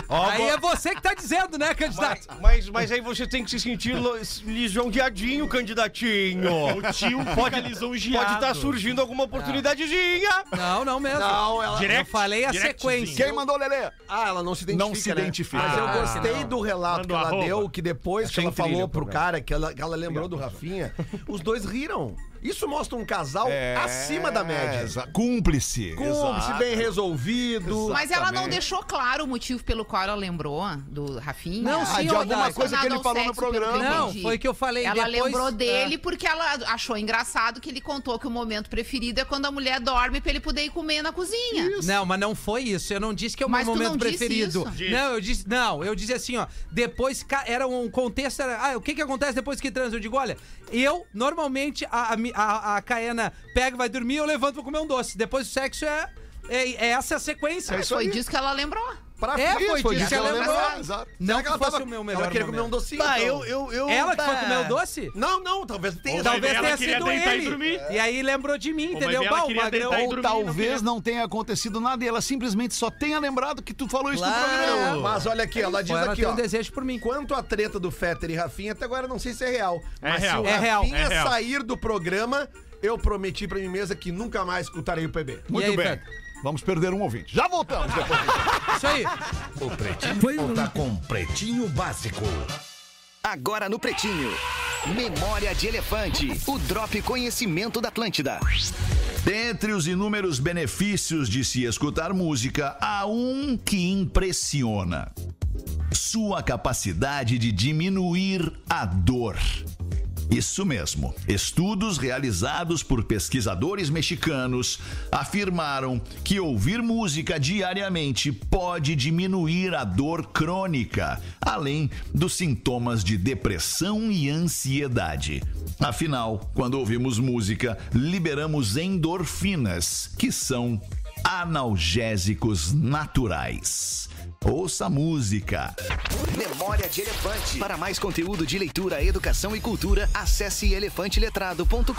Speaker 3: Aí é você que tá dizendo, né, candidato?
Speaker 10: Mas, mas aí você tem que se sentir lo- lisonjeadinho, candidatinho.
Speaker 4: O tio
Speaker 6: tá
Speaker 4: fica lisonjeado.
Speaker 10: Pode estar surgindo
Speaker 3: Ah.
Speaker 10: alguma oportunidadezinha.
Speaker 3: Não, não mesmo.
Speaker 5: Não, ela.
Speaker 4: Direct,
Speaker 3: Eu falei a
Speaker 4: directzinho.
Speaker 3: sequência.
Speaker 1: Quem mandou, Lelê?
Speaker 5: Ah, ela não se identifica.
Speaker 1: Não se
Speaker 5: né?
Speaker 1: identifica.
Speaker 5: Mas eu
Speaker 3: Ah,
Speaker 5: gostei
Speaker 3: não.
Speaker 5: do relato que
Speaker 4: Manda um
Speaker 5: ela
Speaker 4: arroba.
Speaker 5: deu, que depois que
Speaker 10: Achei
Speaker 5: ela
Speaker 10: incrível
Speaker 5: falou
Speaker 10: o
Speaker 5: pro
Speaker 10: programa.
Speaker 5: cara que ela, que ela lembrou do Rafinha, os dois riram. Isso mostra um casal acima da
Speaker 2: É,
Speaker 5: média.
Speaker 1: exa- Cúmplice.
Speaker 5: Cúmplice, bem resolvido.
Speaker 7: Mas ela não deixou claro o motivo pelo qual ela lembrou do Rafinha. Ah,
Speaker 3: Não, sim,
Speaker 1: de
Speaker 3: ô,
Speaker 1: alguma
Speaker 3: Dai.
Speaker 1: coisa que ele
Speaker 7: Relacionado ao
Speaker 1: falou no
Speaker 7: sexo, pelo que eu
Speaker 1: programa.
Speaker 7: entendi.
Speaker 3: Não, foi que eu falei.
Speaker 7: Ela
Speaker 3: depois-
Speaker 7: lembrou dele
Speaker 3: É.
Speaker 7: porque ela achou engraçado que ele contou que o momento preferido é quando a mulher dorme pra ele poder ir comer na cozinha.
Speaker 3: Não, mas não foi isso. Eu não disse que é o meu
Speaker 7: Mas tu
Speaker 3: momento
Speaker 7: não disse
Speaker 3: preferido.
Speaker 7: isso.
Speaker 4: Disse.
Speaker 3: Não, eu disse. Não, eu disse assim, ó. Depois ca- era um contexto. Era, ah, o que, que acontece depois que transa? Eu digo, olha, eu normalmente a, a, mi- a, a Caena pega, vai dormir, eu levanto pra comer um doce. Depois o sexo é. É, é essa a sequência.
Speaker 7: Mas foi disso que ela lembrou.
Speaker 2: Ah,
Speaker 5: Pra
Speaker 3: É,
Speaker 5: isso,
Speaker 3: foi disso que ela
Speaker 5: lembrou.
Speaker 3: lembrou.
Speaker 5: Exato.
Speaker 3: Não
Speaker 5: Será
Speaker 3: que fosse o meu melhor
Speaker 5: Ela queria comer
Speaker 3: momento. Tá,
Speaker 5: um docinho.
Speaker 11: Bah, eu,
Speaker 5: então?
Speaker 11: eu, eu.
Speaker 3: Ela que foi
Speaker 11: bah.
Speaker 3: comer o doce?
Speaker 5: Não, não, talvez tenha. um
Speaker 3: Talvez
Speaker 4: ela
Speaker 3: tenha
Speaker 4: queria
Speaker 3: sido
Speaker 4: deitar e
Speaker 3: ele.
Speaker 4: dormir.
Speaker 3: E aí lembrou de mim,
Speaker 4: mas
Speaker 3: entendeu?
Speaker 4: ela
Speaker 3: Bah, o
Speaker 4: queria
Speaker 3: Magrão.
Speaker 4: deitar e
Speaker 1: Ou
Speaker 4: dormir,
Speaker 1: talvez
Speaker 4: não
Speaker 1: não tenha acontecido nada e ela simplesmente só tenha lembrado que tu falou isso
Speaker 3: Claro.
Speaker 1: no programa.
Speaker 5: Mas olha aqui, ela diz
Speaker 3: Ou ela
Speaker 5: aqui,
Speaker 3: tem
Speaker 5: ó.
Speaker 3: um desejo por mim.
Speaker 5: Quanto à treta do Fetter e Rafinha, até agora eu não sei se é real.
Speaker 4: É
Speaker 5: mas
Speaker 4: real.
Speaker 5: se o
Speaker 3: É real.
Speaker 5: Rafinha
Speaker 4: É real.
Speaker 5: sair do programa, eu prometi pra mim mesma que nunca mais escutarei o PB.
Speaker 3: E
Speaker 1: Muito
Speaker 3: aí,
Speaker 1: bem.
Speaker 3: Fred?
Speaker 1: Vamos perder um ouvinte. Já voltamos depois.
Speaker 3: Isso aí.
Speaker 1: um
Speaker 12: O Pretinho tá com Pretinho Básico.
Speaker 6: Agora no Pretinho. Memória de Elefante. O Drop Conhecimento da Atlântida.
Speaker 1: Dentre os inúmeros benefícios de se escutar música, há um que impressiona: sua capacidade de diminuir a dor. Isso mesmo. Estudos realizados por pesquisadores mexicanos afirmaram que ouvir música diariamente pode diminuir a dor crônica, além dos sintomas de depressão e ansiedade. Afinal, quando ouvimos música, liberamos endorfinas, que são analgésicos naturais. Ouça música.
Speaker 6: Memória de Elefante. Para mais conteúdo de leitura, educação e cultura, acesse elefanteletrado.com.br.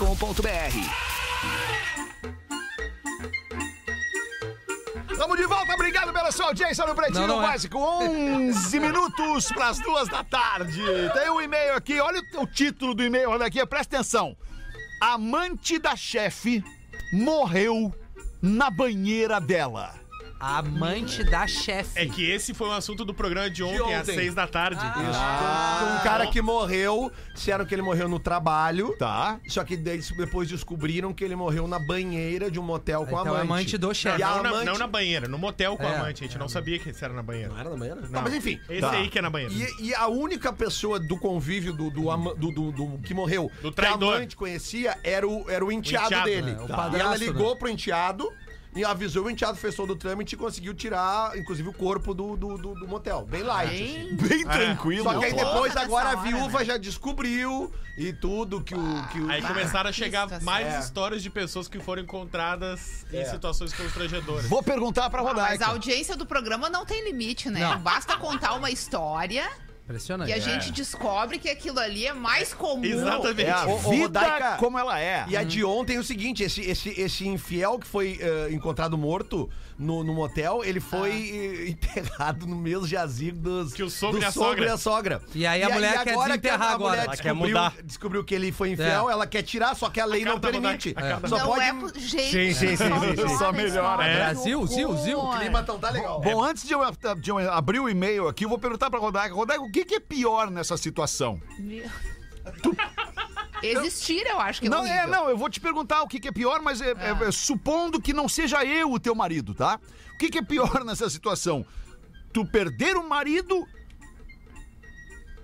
Speaker 1: Tamo de volta, obrigado pela sua audiência no Pretinho
Speaker 3: Não, não é.
Speaker 1: Básico. 11 minutos pras duas da tarde. Tem um e-mail aqui, olha o, o título do e-mail, olha aqui, presta atenção. Amante da chefe morreu na banheira dela.
Speaker 3: Amante da chefe.
Speaker 4: É que esse foi um assunto do programa de ontem, às
Speaker 5: ontem.
Speaker 4: seis da tarde.
Speaker 5: Um cara que morreu, disseram que ele morreu no trabalho.
Speaker 1: Tá?
Speaker 5: Só que daí depois descobriram que ele morreu na banheira de um motel com a
Speaker 3: Então,
Speaker 4: é
Speaker 5: amante.
Speaker 3: amante do
Speaker 4: Não,
Speaker 3: chefe.
Speaker 5: E a
Speaker 4: não, na,
Speaker 5: amante-
Speaker 4: não na banheira, no motel com a
Speaker 3: É.
Speaker 4: amante. A gente não sabia que isso era na banheira.
Speaker 5: Não era na banheira?
Speaker 4: Não.
Speaker 5: Tá, mas enfim.
Speaker 4: Esse
Speaker 1: Tá.
Speaker 4: aí que é na banheira.
Speaker 5: E, e a única pessoa do convívio do, do, ama- do- do- do que morreu
Speaker 4: Do
Speaker 5: que a
Speaker 4: traidor.
Speaker 5: amante conhecia era o, era o enteado,
Speaker 4: O enteado,
Speaker 5: dele. Tá.
Speaker 3: né? O
Speaker 5: E ela
Speaker 3: padrasto,
Speaker 5: ligou pro enteado e avisou o enteado, fez todo o trâmite e conseguiu tirar, inclusive, o corpo do, do, do- do motel. Bem light. assim.
Speaker 7: Hein?
Speaker 1: Bem tranquilo.
Speaker 5: Só que aí
Speaker 7: Porra,
Speaker 5: depois,
Speaker 7: nessa
Speaker 5: agora, a
Speaker 7: hora,
Speaker 5: viúva
Speaker 7: né?
Speaker 5: já descobriu e tudo que o. Que o
Speaker 4: Aí começaram a chegar
Speaker 7: Isso, tá
Speaker 4: mais
Speaker 5: certo.
Speaker 4: histórias de pessoas que foram encontradas
Speaker 5: É.
Speaker 4: em situações constrangedoras.
Speaker 1: Vou perguntar pra
Speaker 3: então.
Speaker 7: Mas a
Speaker 1: Rodaica.
Speaker 7: audiência do programa não tem limite, né? Basta contar uma história
Speaker 3: Impressionante.
Speaker 7: E a gente descobre que aquilo ali é mais comum.
Speaker 4: Exatamente.
Speaker 5: É a
Speaker 2: Ô, ô,
Speaker 5: vida
Speaker 2: Rodaica, como ela é.
Speaker 5: E a de ontem é o seguinte: esse, esse, esse infiel que foi eh, encontrado morto no, no motel, ele
Speaker 3: Ah.
Speaker 5: foi eh, enterrado no mesmo jazigo dos,
Speaker 4: Que o sogro
Speaker 5: do
Speaker 4: e a
Speaker 5: sogro
Speaker 4: sogra.
Speaker 5: a sogra.
Speaker 3: E aí a mulher quer
Speaker 5: agora
Speaker 3: desenterrar
Speaker 5: que a- a mulher
Speaker 3: agora. É. Ela
Speaker 6: quer
Speaker 5: descobriu,
Speaker 6: mudar.
Speaker 5: descobriu que ele foi infiel, ela quer tirar, só que a lei
Speaker 4: A
Speaker 5: não
Speaker 4: carta mudar.
Speaker 5: permite.
Speaker 4: A tá carta
Speaker 5: Só
Speaker 7: não
Speaker 5: pode. um-
Speaker 7: é po- Gente,
Speaker 6: Sim, sim, sim, sim, né? sim.
Speaker 2: Só melhora,
Speaker 7: é.
Speaker 2: é.
Speaker 3: Brasil, Zil, Zil,
Speaker 5: O clima tão tá legal.
Speaker 2: Bom, antes de eu, de eu abrir o e-mail aqui, eu vou perguntar pra Rodaica. Rodaica, o que, que é pior nessa situação?
Speaker 7: Existir, eu acho que é
Speaker 2: não,
Speaker 7: horrível.
Speaker 2: é, não, eu vou te perguntar o que, que é pior, mas é- é- é supondo que não seja eu o teu marido, tá? O que, que é pior nessa situação? Tu perder
Speaker 1: um
Speaker 2: o marido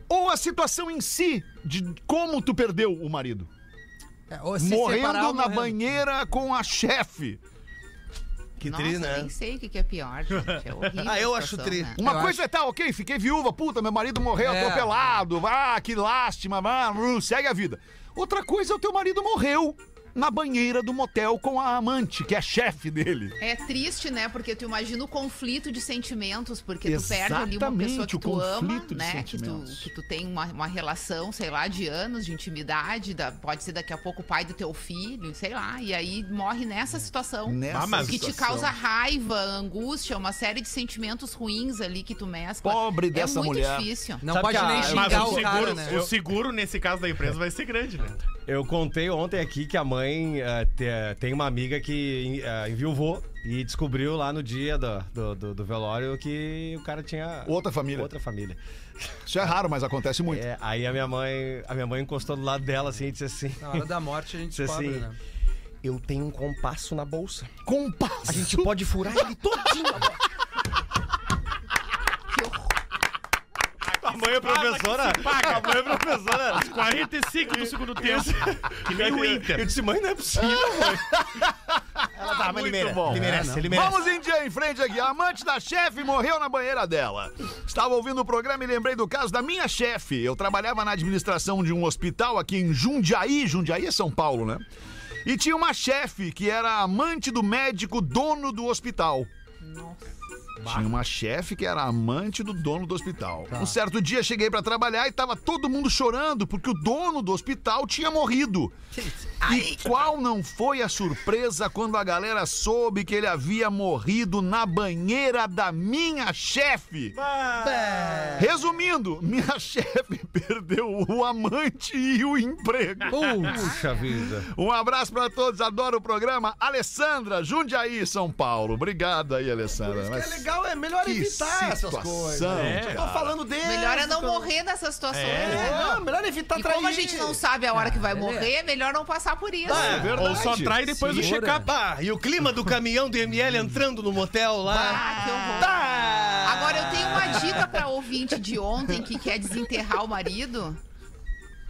Speaker 2: ou a situação em si de como tu perdeu o marido?
Speaker 3: É, ou se
Speaker 2: morrendo
Speaker 3: separar ou
Speaker 2: na
Speaker 3: morrendo.
Speaker 2: banheira com a chefe.
Speaker 8: Que
Speaker 7: Nossa,
Speaker 8: tri,
Speaker 7: eu
Speaker 8: né?
Speaker 7: nem sei o que que é pior, gente. É horrível.
Speaker 8: Ah, eu
Speaker 7: a
Speaker 8: acho
Speaker 7: situação,
Speaker 8: tri.
Speaker 7: né?
Speaker 2: Uma
Speaker 3: Eu
Speaker 2: coisa é tá, ok, fiquei viúva, puta, meu marido morreu
Speaker 3: É.
Speaker 2: atropelado, ah, que lástima, mano, segue a vida. Outra coisa é o teu marido morreu na banheira do motel com a amante, que é a chefe dele.
Speaker 7: É triste, né? Porque tu imagina o conflito de sentimentos, porque tu perde ali uma
Speaker 2: Exatamente,
Speaker 7: pessoa
Speaker 2: o
Speaker 7: que tu ama,
Speaker 2: conflito de
Speaker 7: né? Que tu,
Speaker 2: sentimentos.
Speaker 7: que tu tem uma, uma relação, sei lá, de anos, de intimidade, da- pode ser daqui a pouco o pai do teu filho, sei lá, e aí morre nessa situação.
Speaker 2: Né. Nessa
Speaker 4: Ah, mas-
Speaker 7: Que te
Speaker 2: situação.
Speaker 7: causa raiva, angústia, uma série de sentimentos ruins ali que tu mescla.
Speaker 2: Pobre dessa
Speaker 7: é muito
Speaker 2: mulher.
Speaker 7: difícil.
Speaker 3: Não
Speaker 6: Sabe
Speaker 3: pode
Speaker 6: que a-
Speaker 3: nem
Speaker 6: mas
Speaker 4: Mas
Speaker 3: xingar
Speaker 4: o
Speaker 3: o,
Speaker 4: seguro,
Speaker 3: cara, né?
Speaker 4: o seguro, nesse caso da empresa, vai ser grande, né?
Speaker 6: Eu contei ontem aqui que a mãe eh, te- tem uma amiga que uh, enviou e descobriu lá no dia do, do, do- do velório que o cara tinha
Speaker 2: Outra família.
Speaker 6: Outra família.
Speaker 2: Isso é raro, mas acontece muito.
Speaker 6: É, aí a minha mãe, a minha mãe encostou do lado dela assim e disse assim:
Speaker 3: Na hora da morte a gente
Speaker 6: Isso
Speaker 3: descobre,
Speaker 6: assim.
Speaker 3: né?
Speaker 6: "Eu tenho um compasso na bolsa.
Speaker 2: Compasso.
Speaker 6: A gente pode furar ele todinho." agora." A mãe é professora? A mãe é professora.
Speaker 4: 45 do segundo tempo. Que nem o
Speaker 6: Eu
Speaker 4: Inter. Ah,
Speaker 6: disse, mãe, não é possível.
Speaker 8: Ela tá, mas ele merece.
Speaker 2: bom.
Speaker 8: Ele merece, ele merece.
Speaker 2: Vamos em dia em frente aqui. A amante da chefe morreu na banheira dela. Estava ouvindo o programa e lembrei do caso da minha chefe. Eu trabalhava na administração de um hospital aqui em Jundiaí. Jundiaí é São Paulo, né? E tinha uma chefe que era amante do médico dono do hospital. Tinha uma chefe que era amante do dono do hospital. Um certo dia cheguei pra trabalhar e tava todo mundo chorando porque o dono do hospital tinha morrido. E qual não foi a surpresa quando a galera soube que ele havia morrido na banheira da minha chefe? Resumindo, minha chefe perdeu o amante e o emprego.
Speaker 6: Puxa vida.
Speaker 2: Um abraço pra todos, adoro o programa. Alessandra, Jundiaí, São Paulo. Obrigado aí, Alessandra. Mas
Speaker 5: É legal, é melhor
Speaker 2: que
Speaker 5: evitar essas
Speaker 2: situação,
Speaker 5: coisas.
Speaker 2: cara.
Speaker 5: Tô falando dele.
Speaker 7: Melhor é não morrer nessas situações,
Speaker 5: É,
Speaker 7: né?
Speaker 5: não, melhor evitar
Speaker 2: tá
Speaker 7: E
Speaker 5: trair.
Speaker 7: como a gente não sabe a hora que vai morrer, é melhor não passar por isso.
Speaker 2: É verdade.
Speaker 4: Ou só trai depois do
Speaker 3: Segura.
Speaker 4: check-up.
Speaker 8: Bah, e o clima do caminhão do ML entrando no motel lá.
Speaker 7: Ah, que horror. Agora eu tenho uma dica pra ouvinte de ontem que quer desenterrar o marido.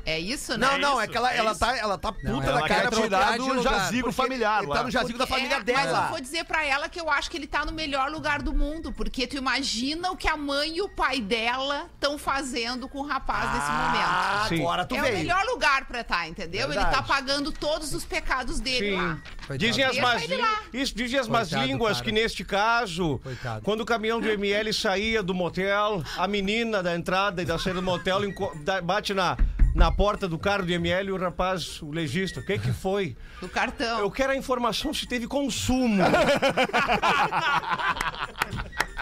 Speaker 7: É isso, né?
Speaker 5: Não, não, é
Speaker 4: isso,
Speaker 5: que ela,
Speaker 4: é
Speaker 5: ela,
Speaker 4: isso.
Speaker 5: tá, ela tá puta
Speaker 3: Não,
Speaker 5: da
Speaker 3: ela
Speaker 2: Ela
Speaker 5: cara
Speaker 2: quer
Speaker 3: quer
Speaker 5: porque
Speaker 2: tirar
Speaker 3: trocar de
Speaker 2: do
Speaker 3: lugar,
Speaker 2: jazigo
Speaker 5: porque
Speaker 2: familiar
Speaker 5: ele tá
Speaker 2: lá.
Speaker 5: no jazigo da família
Speaker 7: É, Mas eu
Speaker 5: dela.
Speaker 7: vou dizer pra ela que eu acho que ele tá no melhor lugar do mundo, porque tu imagina o que a mãe e o pai dela estão fazendo com o rapaz nesse momento.
Speaker 5: Ah,
Speaker 6: Sim.
Speaker 5: agora tu
Speaker 7: é
Speaker 5: veio.
Speaker 7: o melhor lugar pra tá, entendeu? Ele tá
Speaker 5: Verdade.
Speaker 7: pagando todos os pecados dele lá.
Speaker 3: Coitado.
Speaker 6: Dizem as,
Speaker 7: Deixa
Speaker 6: más
Speaker 7: ele
Speaker 6: lí-
Speaker 7: lá.
Speaker 6: isso, dizem as más
Speaker 3: Coitado,
Speaker 6: línguas
Speaker 3: cara.
Speaker 6: que neste caso,
Speaker 3: Coitado.
Speaker 6: quando o caminhão do ML saía do motel, a menina da entrada e da saída do motel enco- da- bate na, na porta do carro do ML e o rapaz, o legista, o que que foi?
Speaker 7: Do cartão.
Speaker 6: Eu quero a informação se teve consumo.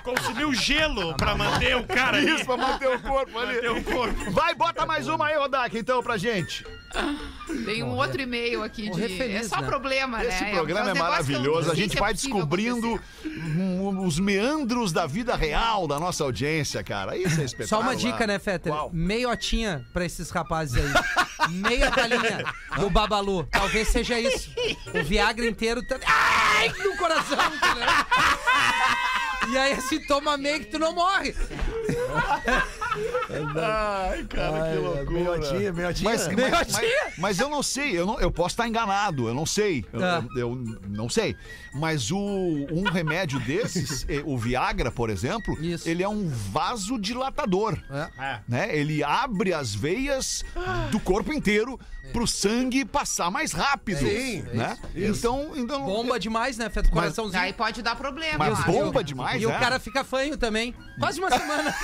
Speaker 4: Consumiu gelo pra manter o cara ali.
Speaker 2: Isso, pra manter o corpo ali.
Speaker 4: Manter o corpo.
Speaker 2: Vai, bota mais uma aí, Rodak, então, pra gente.
Speaker 7: Tem um outro e-mail aqui
Speaker 3: Morrer
Speaker 7: de.
Speaker 3: feliz,
Speaker 7: é só
Speaker 3: né?
Speaker 7: problema, né?
Speaker 2: Esse
Speaker 7: É,
Speaker 2: programa
Speaker 3: um
Speaker 7: uns
Speaker 2: é
Speaker 7: negócios que eu não
Speaker 2: maravilhoso. A
Speaker 7: sei
Speaker 2: gente
Speaker 7: se é
Speaker 2: vai
Speaker 7: possível
Speaker 2: descobrindo
Speaker 7: acontecer.
Speaker 2: hum, os meandros da vida real da nossa audiência, cara. Isso é espetacular.
Speaker 3: Só uma dica, né, Fetter?
Speaker 2: Qual?
Speaker 3: Meiotinha pra esses rapazes aí. Meia galinha do Babalu. Talvez seja isso. O Viagra inteiro tá... Ai, no coração, entendeu? E aí, assim, toma meio que tu não morre.
Speaker 2: Ai, cara, que loucura.
Speaker 5: Meiotinha, meiotinha.
Speaker 2: Mas, mas, mas, mas eu não sei, eu, não- eu posso estar enganado, eu não sei. Eu,
Speaker 3: Tá.
Speaker 2: eu- eu não sei. Mas o, um remédio desses, eh, o Viagra, por exemplo,
Speaker 3: Isso.
Speaker 2: ele é um vasodilatador.
Speaker 4: É.
Speaker 2: né? Ele abre as veias do corpo inteiro
Speaker 3: É.
Speaker 2: pro sangue passar mais rápido.
Speaker 5: Sim,
Speaker 2: né? Então, então
Speaker 3: Bomba demais, né, Fetter? Coraçãozinho.
Speaker 7: Aí pode dar problema. eu
Speaker 2: Mas
Speaker 7: acho.
Speaker 2: bomba demais,
Speaker 3: e o
Speaker 2: né?
Speaker 3: cara fica fanho também. Quase uma semana.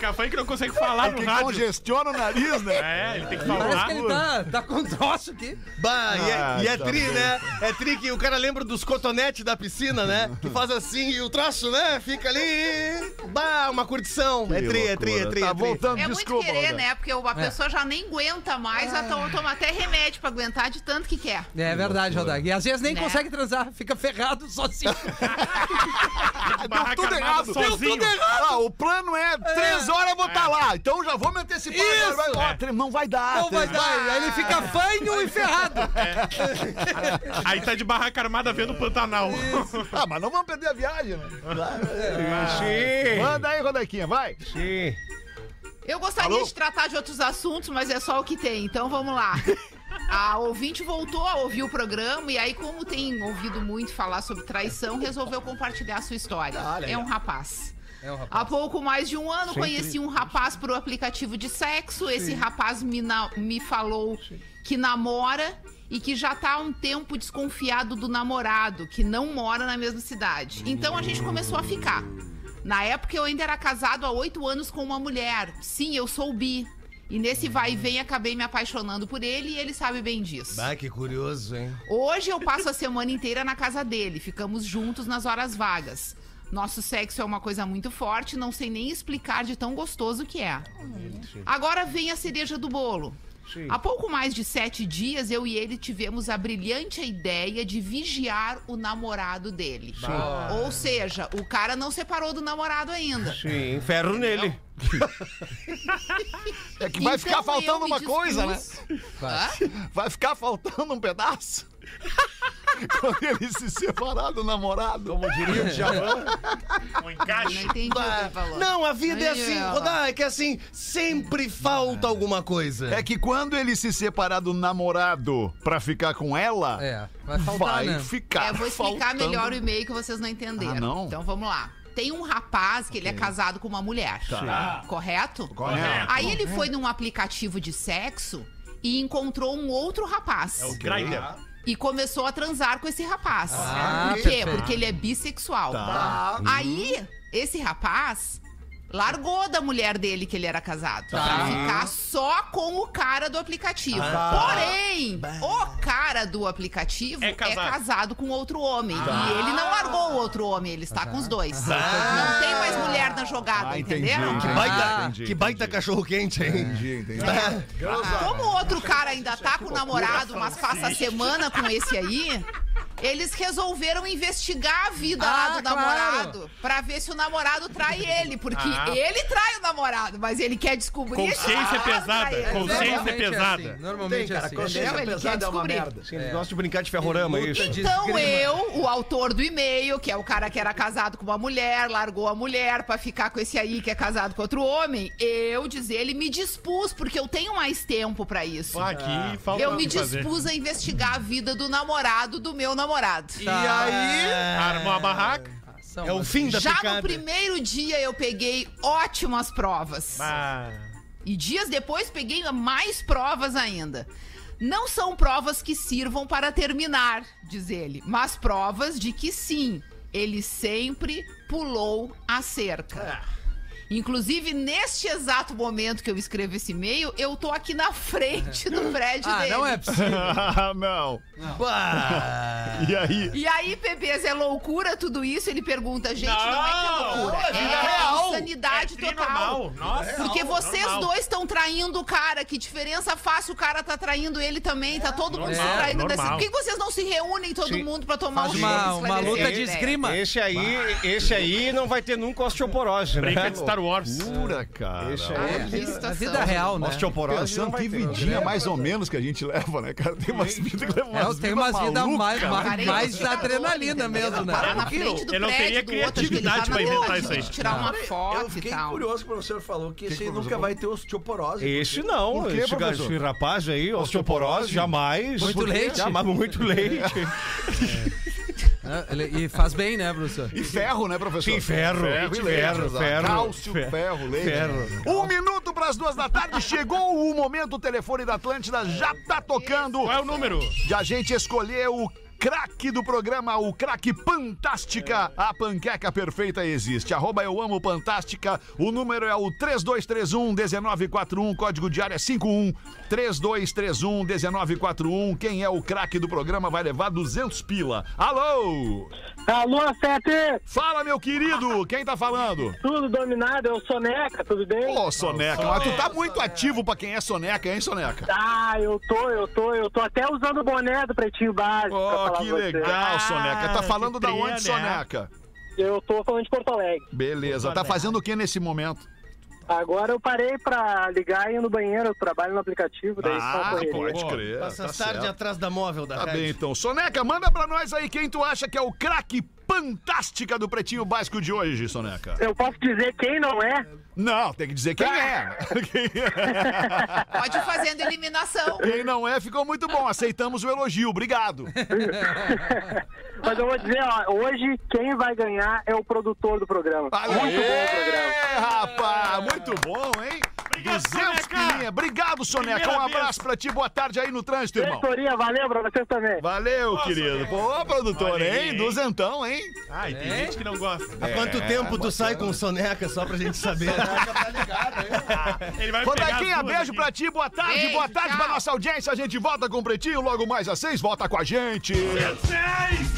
Speaker 4: Café que não consegue falar no
Speaker 2: Porque
Speaker 4: rádio.
Speaker 2: É congestiona o nariz, né?
Speaker 4: É, ele tem que
Speaker 3: Parece
Speaker 4: falar.
Speaker 3: que ele tá, tá com um troço aqui.
Speaker 8: Bah, e é,
Speaker 2: Ah,
Speaker 8: e é
Speaker 2: tá
Speaker 8: tri,
Speaker 2: bem.
Speaker 8: né? É tri que o cara lembra dos cotonetes da piscina, né? Que faz assim e o traço, né? Fica ali. Bah, uma curtição. é
Speaker 2: Que
Speaker 8: tri, é tri, é
Speaker 2: loucura.
Speaker 8: tri.
Speaker 2: Tá
Speaker 8: é tri.
Speaker 2: voltando,
Speaker 7: É muito
Speaker 2: desculpa.
Speaker 7: querer,
Speaker 2: Rodaica.
Speaker 7: né? Porque a
Speaker 3: É.
Speaker 7: pessoa já nem aguenta mais, já toma, toma até remédio pra aguentar de tanto que quer.
Speaker 3: É verdade, Rodag. E às vezes nem
Speaker 7: Né?
Speaker 3: consegue transar, fica ferrado assim. sozinho.
Speaker 4: Barraca
Speaker 2: tudo
Speaker 4: armada
Speaker 2: errado, deu
Speaker 4: sozinho.
Speaker 3: tudo errado.
Speaker 2: Ah, o plano é três horas eu vou estar lá. Então já vou me antecipar.
Speaker 3: Isso.
Speaker 2: Vai- vai- ó,
Speaker 4: É.
Speaker 2: tre- Não vai dar.
Speaker 3: Não vai
Speaker 2: três-
Speaker 3: dar. Aí ele fica fanho e ferrado.
Speaker 4: Aí tá de barraca armada vendo o Pantanal.
Speaker 2: Ah, mas não vamos perder a viagem, né?
Speaker 4: Ah,
Speaker 2: Manda aí, Rodequinha, vai.
Speaker 6: Sim.
Speaker 7: Eu gostaria de tratar de outros assuntos, mas é só o que tem, então vamos lá. A ouvinte voltou a ouvir o programa e aí, como tem ouvido muito falar sobre traição, resolveu compartilhar a sua história. é um rapaz. Há pouco mais de um ano conheci um rapaz por um aplicativo de sexo. Esse rapaz me, na- me falou que namora e que já tá há um tempo desconfiado do namorado, que não mora na mesma cidade. Então a gente começou a ficar. Na época eu ainda era casado há oito anos com uma mulher. Sim, eu sou bi. E nesse vai e vem acabei me apaixonando por ele e ele sabe bem disso.
Speaker 8: Bah, que curioso, hein?
Speaker 7: Hoje eu passo a semana inteira na casa dele, ficamos juntos nas horas vagas. Nosso sexo é uma coisa muito forte, não sei nem explicar de tão gostoso que é. Agora vem a cereja do bolo. Há pouco mais de sete dias, eu e ele tivemos a brilhante ideia de vigiar o namorado dele. Ou seja, o cara não separou do namorado ainda.
Speaker 6: Sim, ferro nele.
Speaker 2: É que vai
Speaker 7: Então
Speaker 2: ficar faltando
Speaker 7: eu me
Speaker 2: uma coisa, né?
Speaker 7: dispus- Hã?
Speaker 2: Vai ficar faltando um pedaço. Quando ele se separar do namorado.
Speaker 5: Como diria o Djavan.
Speaker 4: Um
Speaker 7: Não
Speaker 4: encaixe.
Speaker 7: entendi o que ele falou.
Speaker 8: Não, a vida é
Speaker 7: Aí,
Speaker 8: assim,
Speaker 7: ó.
Speaker 8: Rodar, é que assim, sempre falta alguma coisa.
Speaker 2: É que quando ele se separar do namorado pra ficar com ela,
Speaker 3: É, vai faltar,
Speaker 2: vai
Speaker 3: né?
Speaker 2: ficar.
Speaker 7: É, eu vou explicar
Speaker 2: faltando.
Speaker 7: melhor o e-mail que vocês não entenderam.
Speaker 2: Ah, não?
Speaker 7: Então vamos lá. Tem um rapaz que ele é casado com uma mulher. Correto?
Speaker 2: Tá. Correto.
Speaker 7: Aí ele foi num aplicativo de sexo e encontrou um outro rapaz.
Speaker 4: É o Grindr.
Speaker 7: E começou a transar com esse rapaz.
Speaker 3: Ah,
Speaker 7: Por quê?
Speaker 3: perfeito.
Speaker 7: Porque ele é bissexual. Uhum. Aí, esse rapaz largou da mulher dele que ele era casado. Pra ficar só com o cara do aplicativo. Porém, o cara do aplicativo
Speaker 4: É
Speaker 7: é
Speaker 4: casado.
Speaker 7: casado, com outro homem. E ele não largou o outro homem, ele está com os dois. Não tem mais mulher na jogada,
Speaker 2: Ah, entendi.
Speaker 7: entenderam?
Speaker 2: Que
Speaker 8: Baita-
Speaker 3: Ah,
Speaker 2: entendi,
Speaker 8: que baita
Speaker 2: entendi.
Speaker 8: cachorro quente, hein?
Speaker 2: Entendi, entendi.
Speaker 3: Tá.
Speaker 7: Como o outro cara ainda tá com o namorado, mas passa a semana com esse aí, eles resolveram investigar a vida lá
Speaker 3: Ah,
Speaker 7: do
Speaker 3: claro.
Speaker 7: namorado pra ver se o namorado trai ele. Porque
Speaker 4: Ah.
Speaker 7: ele trai o namorado, mas ele quer descobrir se o
Speaker 4: Consciência
Speaker 7: namorado
Speaker 4: pesada.
Speaker 7: trai ele.
Speaker 4: Consciência
Speaker 3: Normalmente É
Speaker 4: pesada.
Speaker 3: assim, normalmente é assim.
Speaker 7: consciência- Entendeu? Ele quer
Speaker 5: pesada é uma
Speaker 7: descobrir.
Speaker 5: merda.
Speaker 6: Sim, eles gostam de brincar de ferrorama,
Speaker 3: Luta
Speaker 6: isso.
Speaker 3: de
Speaker 7: Então
Speaker 3: esgrima.
Speaker 7: eu, o autor do e-mail, que é o cara que era casado com uma mulher, largou a mulher pra ficar com esse aí que é casado com outro homem, eu dizer, ele me dispus, porque eu tenho mais tempo pra isso.
Speaker 4: Ah, aqui falta
Speaker 7: Eu me
Speaker 4: o que fazer.
Speaker 7: dispus a investigar a vida do namorado do meu namorado.
Speaker 8: aí.
Speaker 3: E
Speaker 13: Ah.
Speaker 4: Armou a barraca.
Speaker 13: Então,
Speaker 8: É o fim da
Speaker 7: Já
Speaker 8: picada.
Speaker 7: no primeiro dia eu peguei ótimas provas.
Speaker 4: Ah,
Speaker 7: E dias depois peguei mais provas ainda. Não são provas que sirvam para terminar, diz ele, mas provas de que sim, ele sempre pulou a cerca. Inclusive, neste exato momento que eu escrevo esse e-mail, eu tô aqui na frente do prédio
Speaker 3: Ah,
Speaker 7: dele.
Speaker 3: não é possível.
Speaker 2: Ah, não.
Speaker 8: Bah.
Speaker 2: E aí?
Speaker 7: E aí, bebês, é loucura tudo isso? Ele pergunta, gente, não, é que é loucura.
Speaker 4: Não, é vida
Speaker 7: é
Speaker 4: real.
Speaker 7: insanidade
Speaker 4: tri
Speaker 7: total.
Speaker 4: normal. Nossa.
Speaker 7: Porque vocês
Speaker 4: normal.
Speaker 7: dois estão traindo o cara. Que diferença faz se o cara tá traindo ele também? Tá todo mundo se
Speaker 4: normal,
Speaker 7: traindo.
Speaker 4: normal.
Speaker 7: Desse... Por que que vocês não se reúnem todo mundo pra tomar
Speaker 3: Faz
Speaker 7: um
Speaker 3: uma,
Speaker 7: chopp,
Speaker 3: uma
Speaker 7: esclarecer
Speaker 3: luta É,
Speaker 7: essa
Speaker 3: de
Speaker 7: ideia?
Speaker 3: esgrima.
Speaker 6: Esse aí, esse aí não vai ter nunca osteoporose, né?
Speaker 4: Brinca de Star Wars.
Speaker 2: Pura, cara.
Speaker 6: Deixa
Speaker 7: Ah,
Speaker 6: aí.
Speaker 7: que
Speaker 3: é A
Speaker 7: situação.
Speaker 3: vida real, né?
Speaker 6: Osteoporose é não
Speaker 2: Pensando
Speaker 6: vai
Speaker 2: que
Speaker 6: ter.
Speaker 2: vidinha mais ou menos que a gente leva, né, cara? Tem umas vidas que levam
Speaker 3: É,
Speaker 2: umas
Speaker 3: tem
Speaker 2: vidas
Speaker 3: umas vidas
Speaker 2: malucas,
Speaker 3: mais,
Speaker 2: né?
Speaker 3: é mais, mais
Speaker 7: Ficar
Speaker 3: adrenalina
Speaker 7: doido,
Speaker 3: mesmo,
Speaker 7: entendeu?
Speaker 3: né?
Speaker 7: é Parar na frente do
Speaker 4: Eu não
Speaker 7: prédio
Speaker 4: teria
Speaker 7: do outro, acho que ele
Speaker 4: criatividade
Speaker 7: tá
Speaker 4: pra
Speaker 7: na
Speaker 4: inventar
Speaker 7: vontade
Speaker 4: isso aí.
Speaker 7: de Tirar uma
Speaker 5: Eu
Speaker 7: foto e
Speaker 5: fiquei
Speaker 7: tal.
Speaker 5: curioso que o professor falou que esse aí
Speaker 2: professor
Speaker 5: nunca
Speaker 2: falou?
Speaker 5: vai ter osteoporose.
Speaker 6: Esse não,
Speaker 2: Por quê,
Speaker 6: esse, ga-
Speaker 2: professor?
Speaker 6: esse rapaz aí, osteoporose, jamais.
Speaker 3: Muito
Speaker 6: Por quê?
Speaker 3: leite.
Speaker 6: Jamais, muito leite.
Speaker 3: Ah, ele- E faz bem, né, professor?
Speaker 2: E ferro, né, professor?
Speaker 6: Sim, ferro,
Speaker 2: Ferro, e
Speaker 6: ferro,
Speaker 2: leite,
Speaker 6: ferro,
Speaker 2: exato.
Speaker 6: ferro,
Speaker 2: Cálcio, ferro,
Speaker 6: ferro,
Speaker 2: leite.
Speaker 6: ferro.
Speaker 2: Um minuto para as duas da tarde. Chegou o momento. O telefone da Atlântida já tá tocando.
Speaker 4: Qual é o número?
Speaker 2: De a gente escolher o Craque do programa, o craque Fantástica. A panqueca perfeita existe. Arroba eu amo Fantástica. O número é o 3231-1941. Código de área é 51. 3231-1941. Quem é o craque do programa vai levar 200 pila. Alô!
Speaker 6: Alô, Sete!
Speaker 2: Fala, meu querido! Quem tá falando?
Speaker 6: Tudo dominado, eu sou Neca, tudo bem?
Speaker 2: Ô, Soneca, mas tu tá muito ativo pra quem é Soneca, hein, Soneca?
Speaker 6: Ah, eu tô, eu tô, eu tô até usando o boné do Pretinho Básico. pra
Speaker 2: Ó,
Speaker 6: falar
Speaker 2: que
Speaker 6: pra você.
Speaker 2: legal, Soneca. Tá
Speaker 4: que
Speaker 2: falando da
Speaker 4: tria,
Speaker 2: onde,
Speaker 4: né?
Speaker 2: Soneca?
Speaker 6: Eu tô falando de Porto Alegre.
Speaker 2: Beleza. Tá fazendo o que nesse momento?
Speaker 6: Agora eu parei pra ligar e ir no banheiro, eu trabalho no aplicativo, daí só uma
Speaker 2: Ah,
Speaker 6: correria.
Speaker 2: pode crer.
Speaker 13: Passa
Speaker 2: tá
Speaker 13: as tarde
Speaker 2: certo.
Speaker 13: atrás da móvel da
Speaker 2: Tá
Speaker 13: Red.
Speaker 2: bem, então. Soneca, manda pra nós aí quem tu acha que é o craque fantástica do Pretinho Básico de hoje, Soneca.
Speaker 6: Eu posso dizer quem não é?
Speaker 2: Não, tem que dizer quem é. Quem é.
Speaker 7: Pode ir fazendo eliminação.
Speaker 2: Quem não é, ficou muito bom. Aceitamos o elogio, obrigado.
Speaker 6: Mas eu vou dizer, ó, hoje quem vai ganhar é o produtor do programa. Muito bom o programa.
Speaker 2: Aê, rapaz! Muito bom, hein?
Speaker 4: Obrigado,
Speaker 2: 200
Speaker 4: Soneca.
Speaker 2: pilinha. Obrigado, Soneca.
Speaker 4: Primeira
Speaker 2: um
Speaker 4: vez.
Speaker 2: abraço pra ti. Boa tarde aí no trânsito, irmão.
Speaker 6: Diretoria, valeu pra vocês também.
Speaker 2: Valeu, querido. Pô, produtor,
Speaker 4: Olha aí,
Speaker 2: hein?
Speaker 4: hein?
Speaker 2: Duzentão, hein?
Speaker 4: Ai, tem gente que não gosta.
Speaker 13: É. Há quanto tempo tá tu sai com soneca só pra gente saber?
Speaker 4: Ele vai pegar
Speaker 2: Rodaquinha,
Speaker 4: as duas
Speaker 2: é beijo
Speaker 4: aqui.
Speaker 2: pra ti. Boa tarde,
Speaker 7: Beijo,
Speaker 2: boa tarde pra
Speaker 7: tchau.
Speaker 2: nossa audiência. A gente volta com o Pretinho logo mais às seis. Volta com a gente.
Speaker 4: Seis!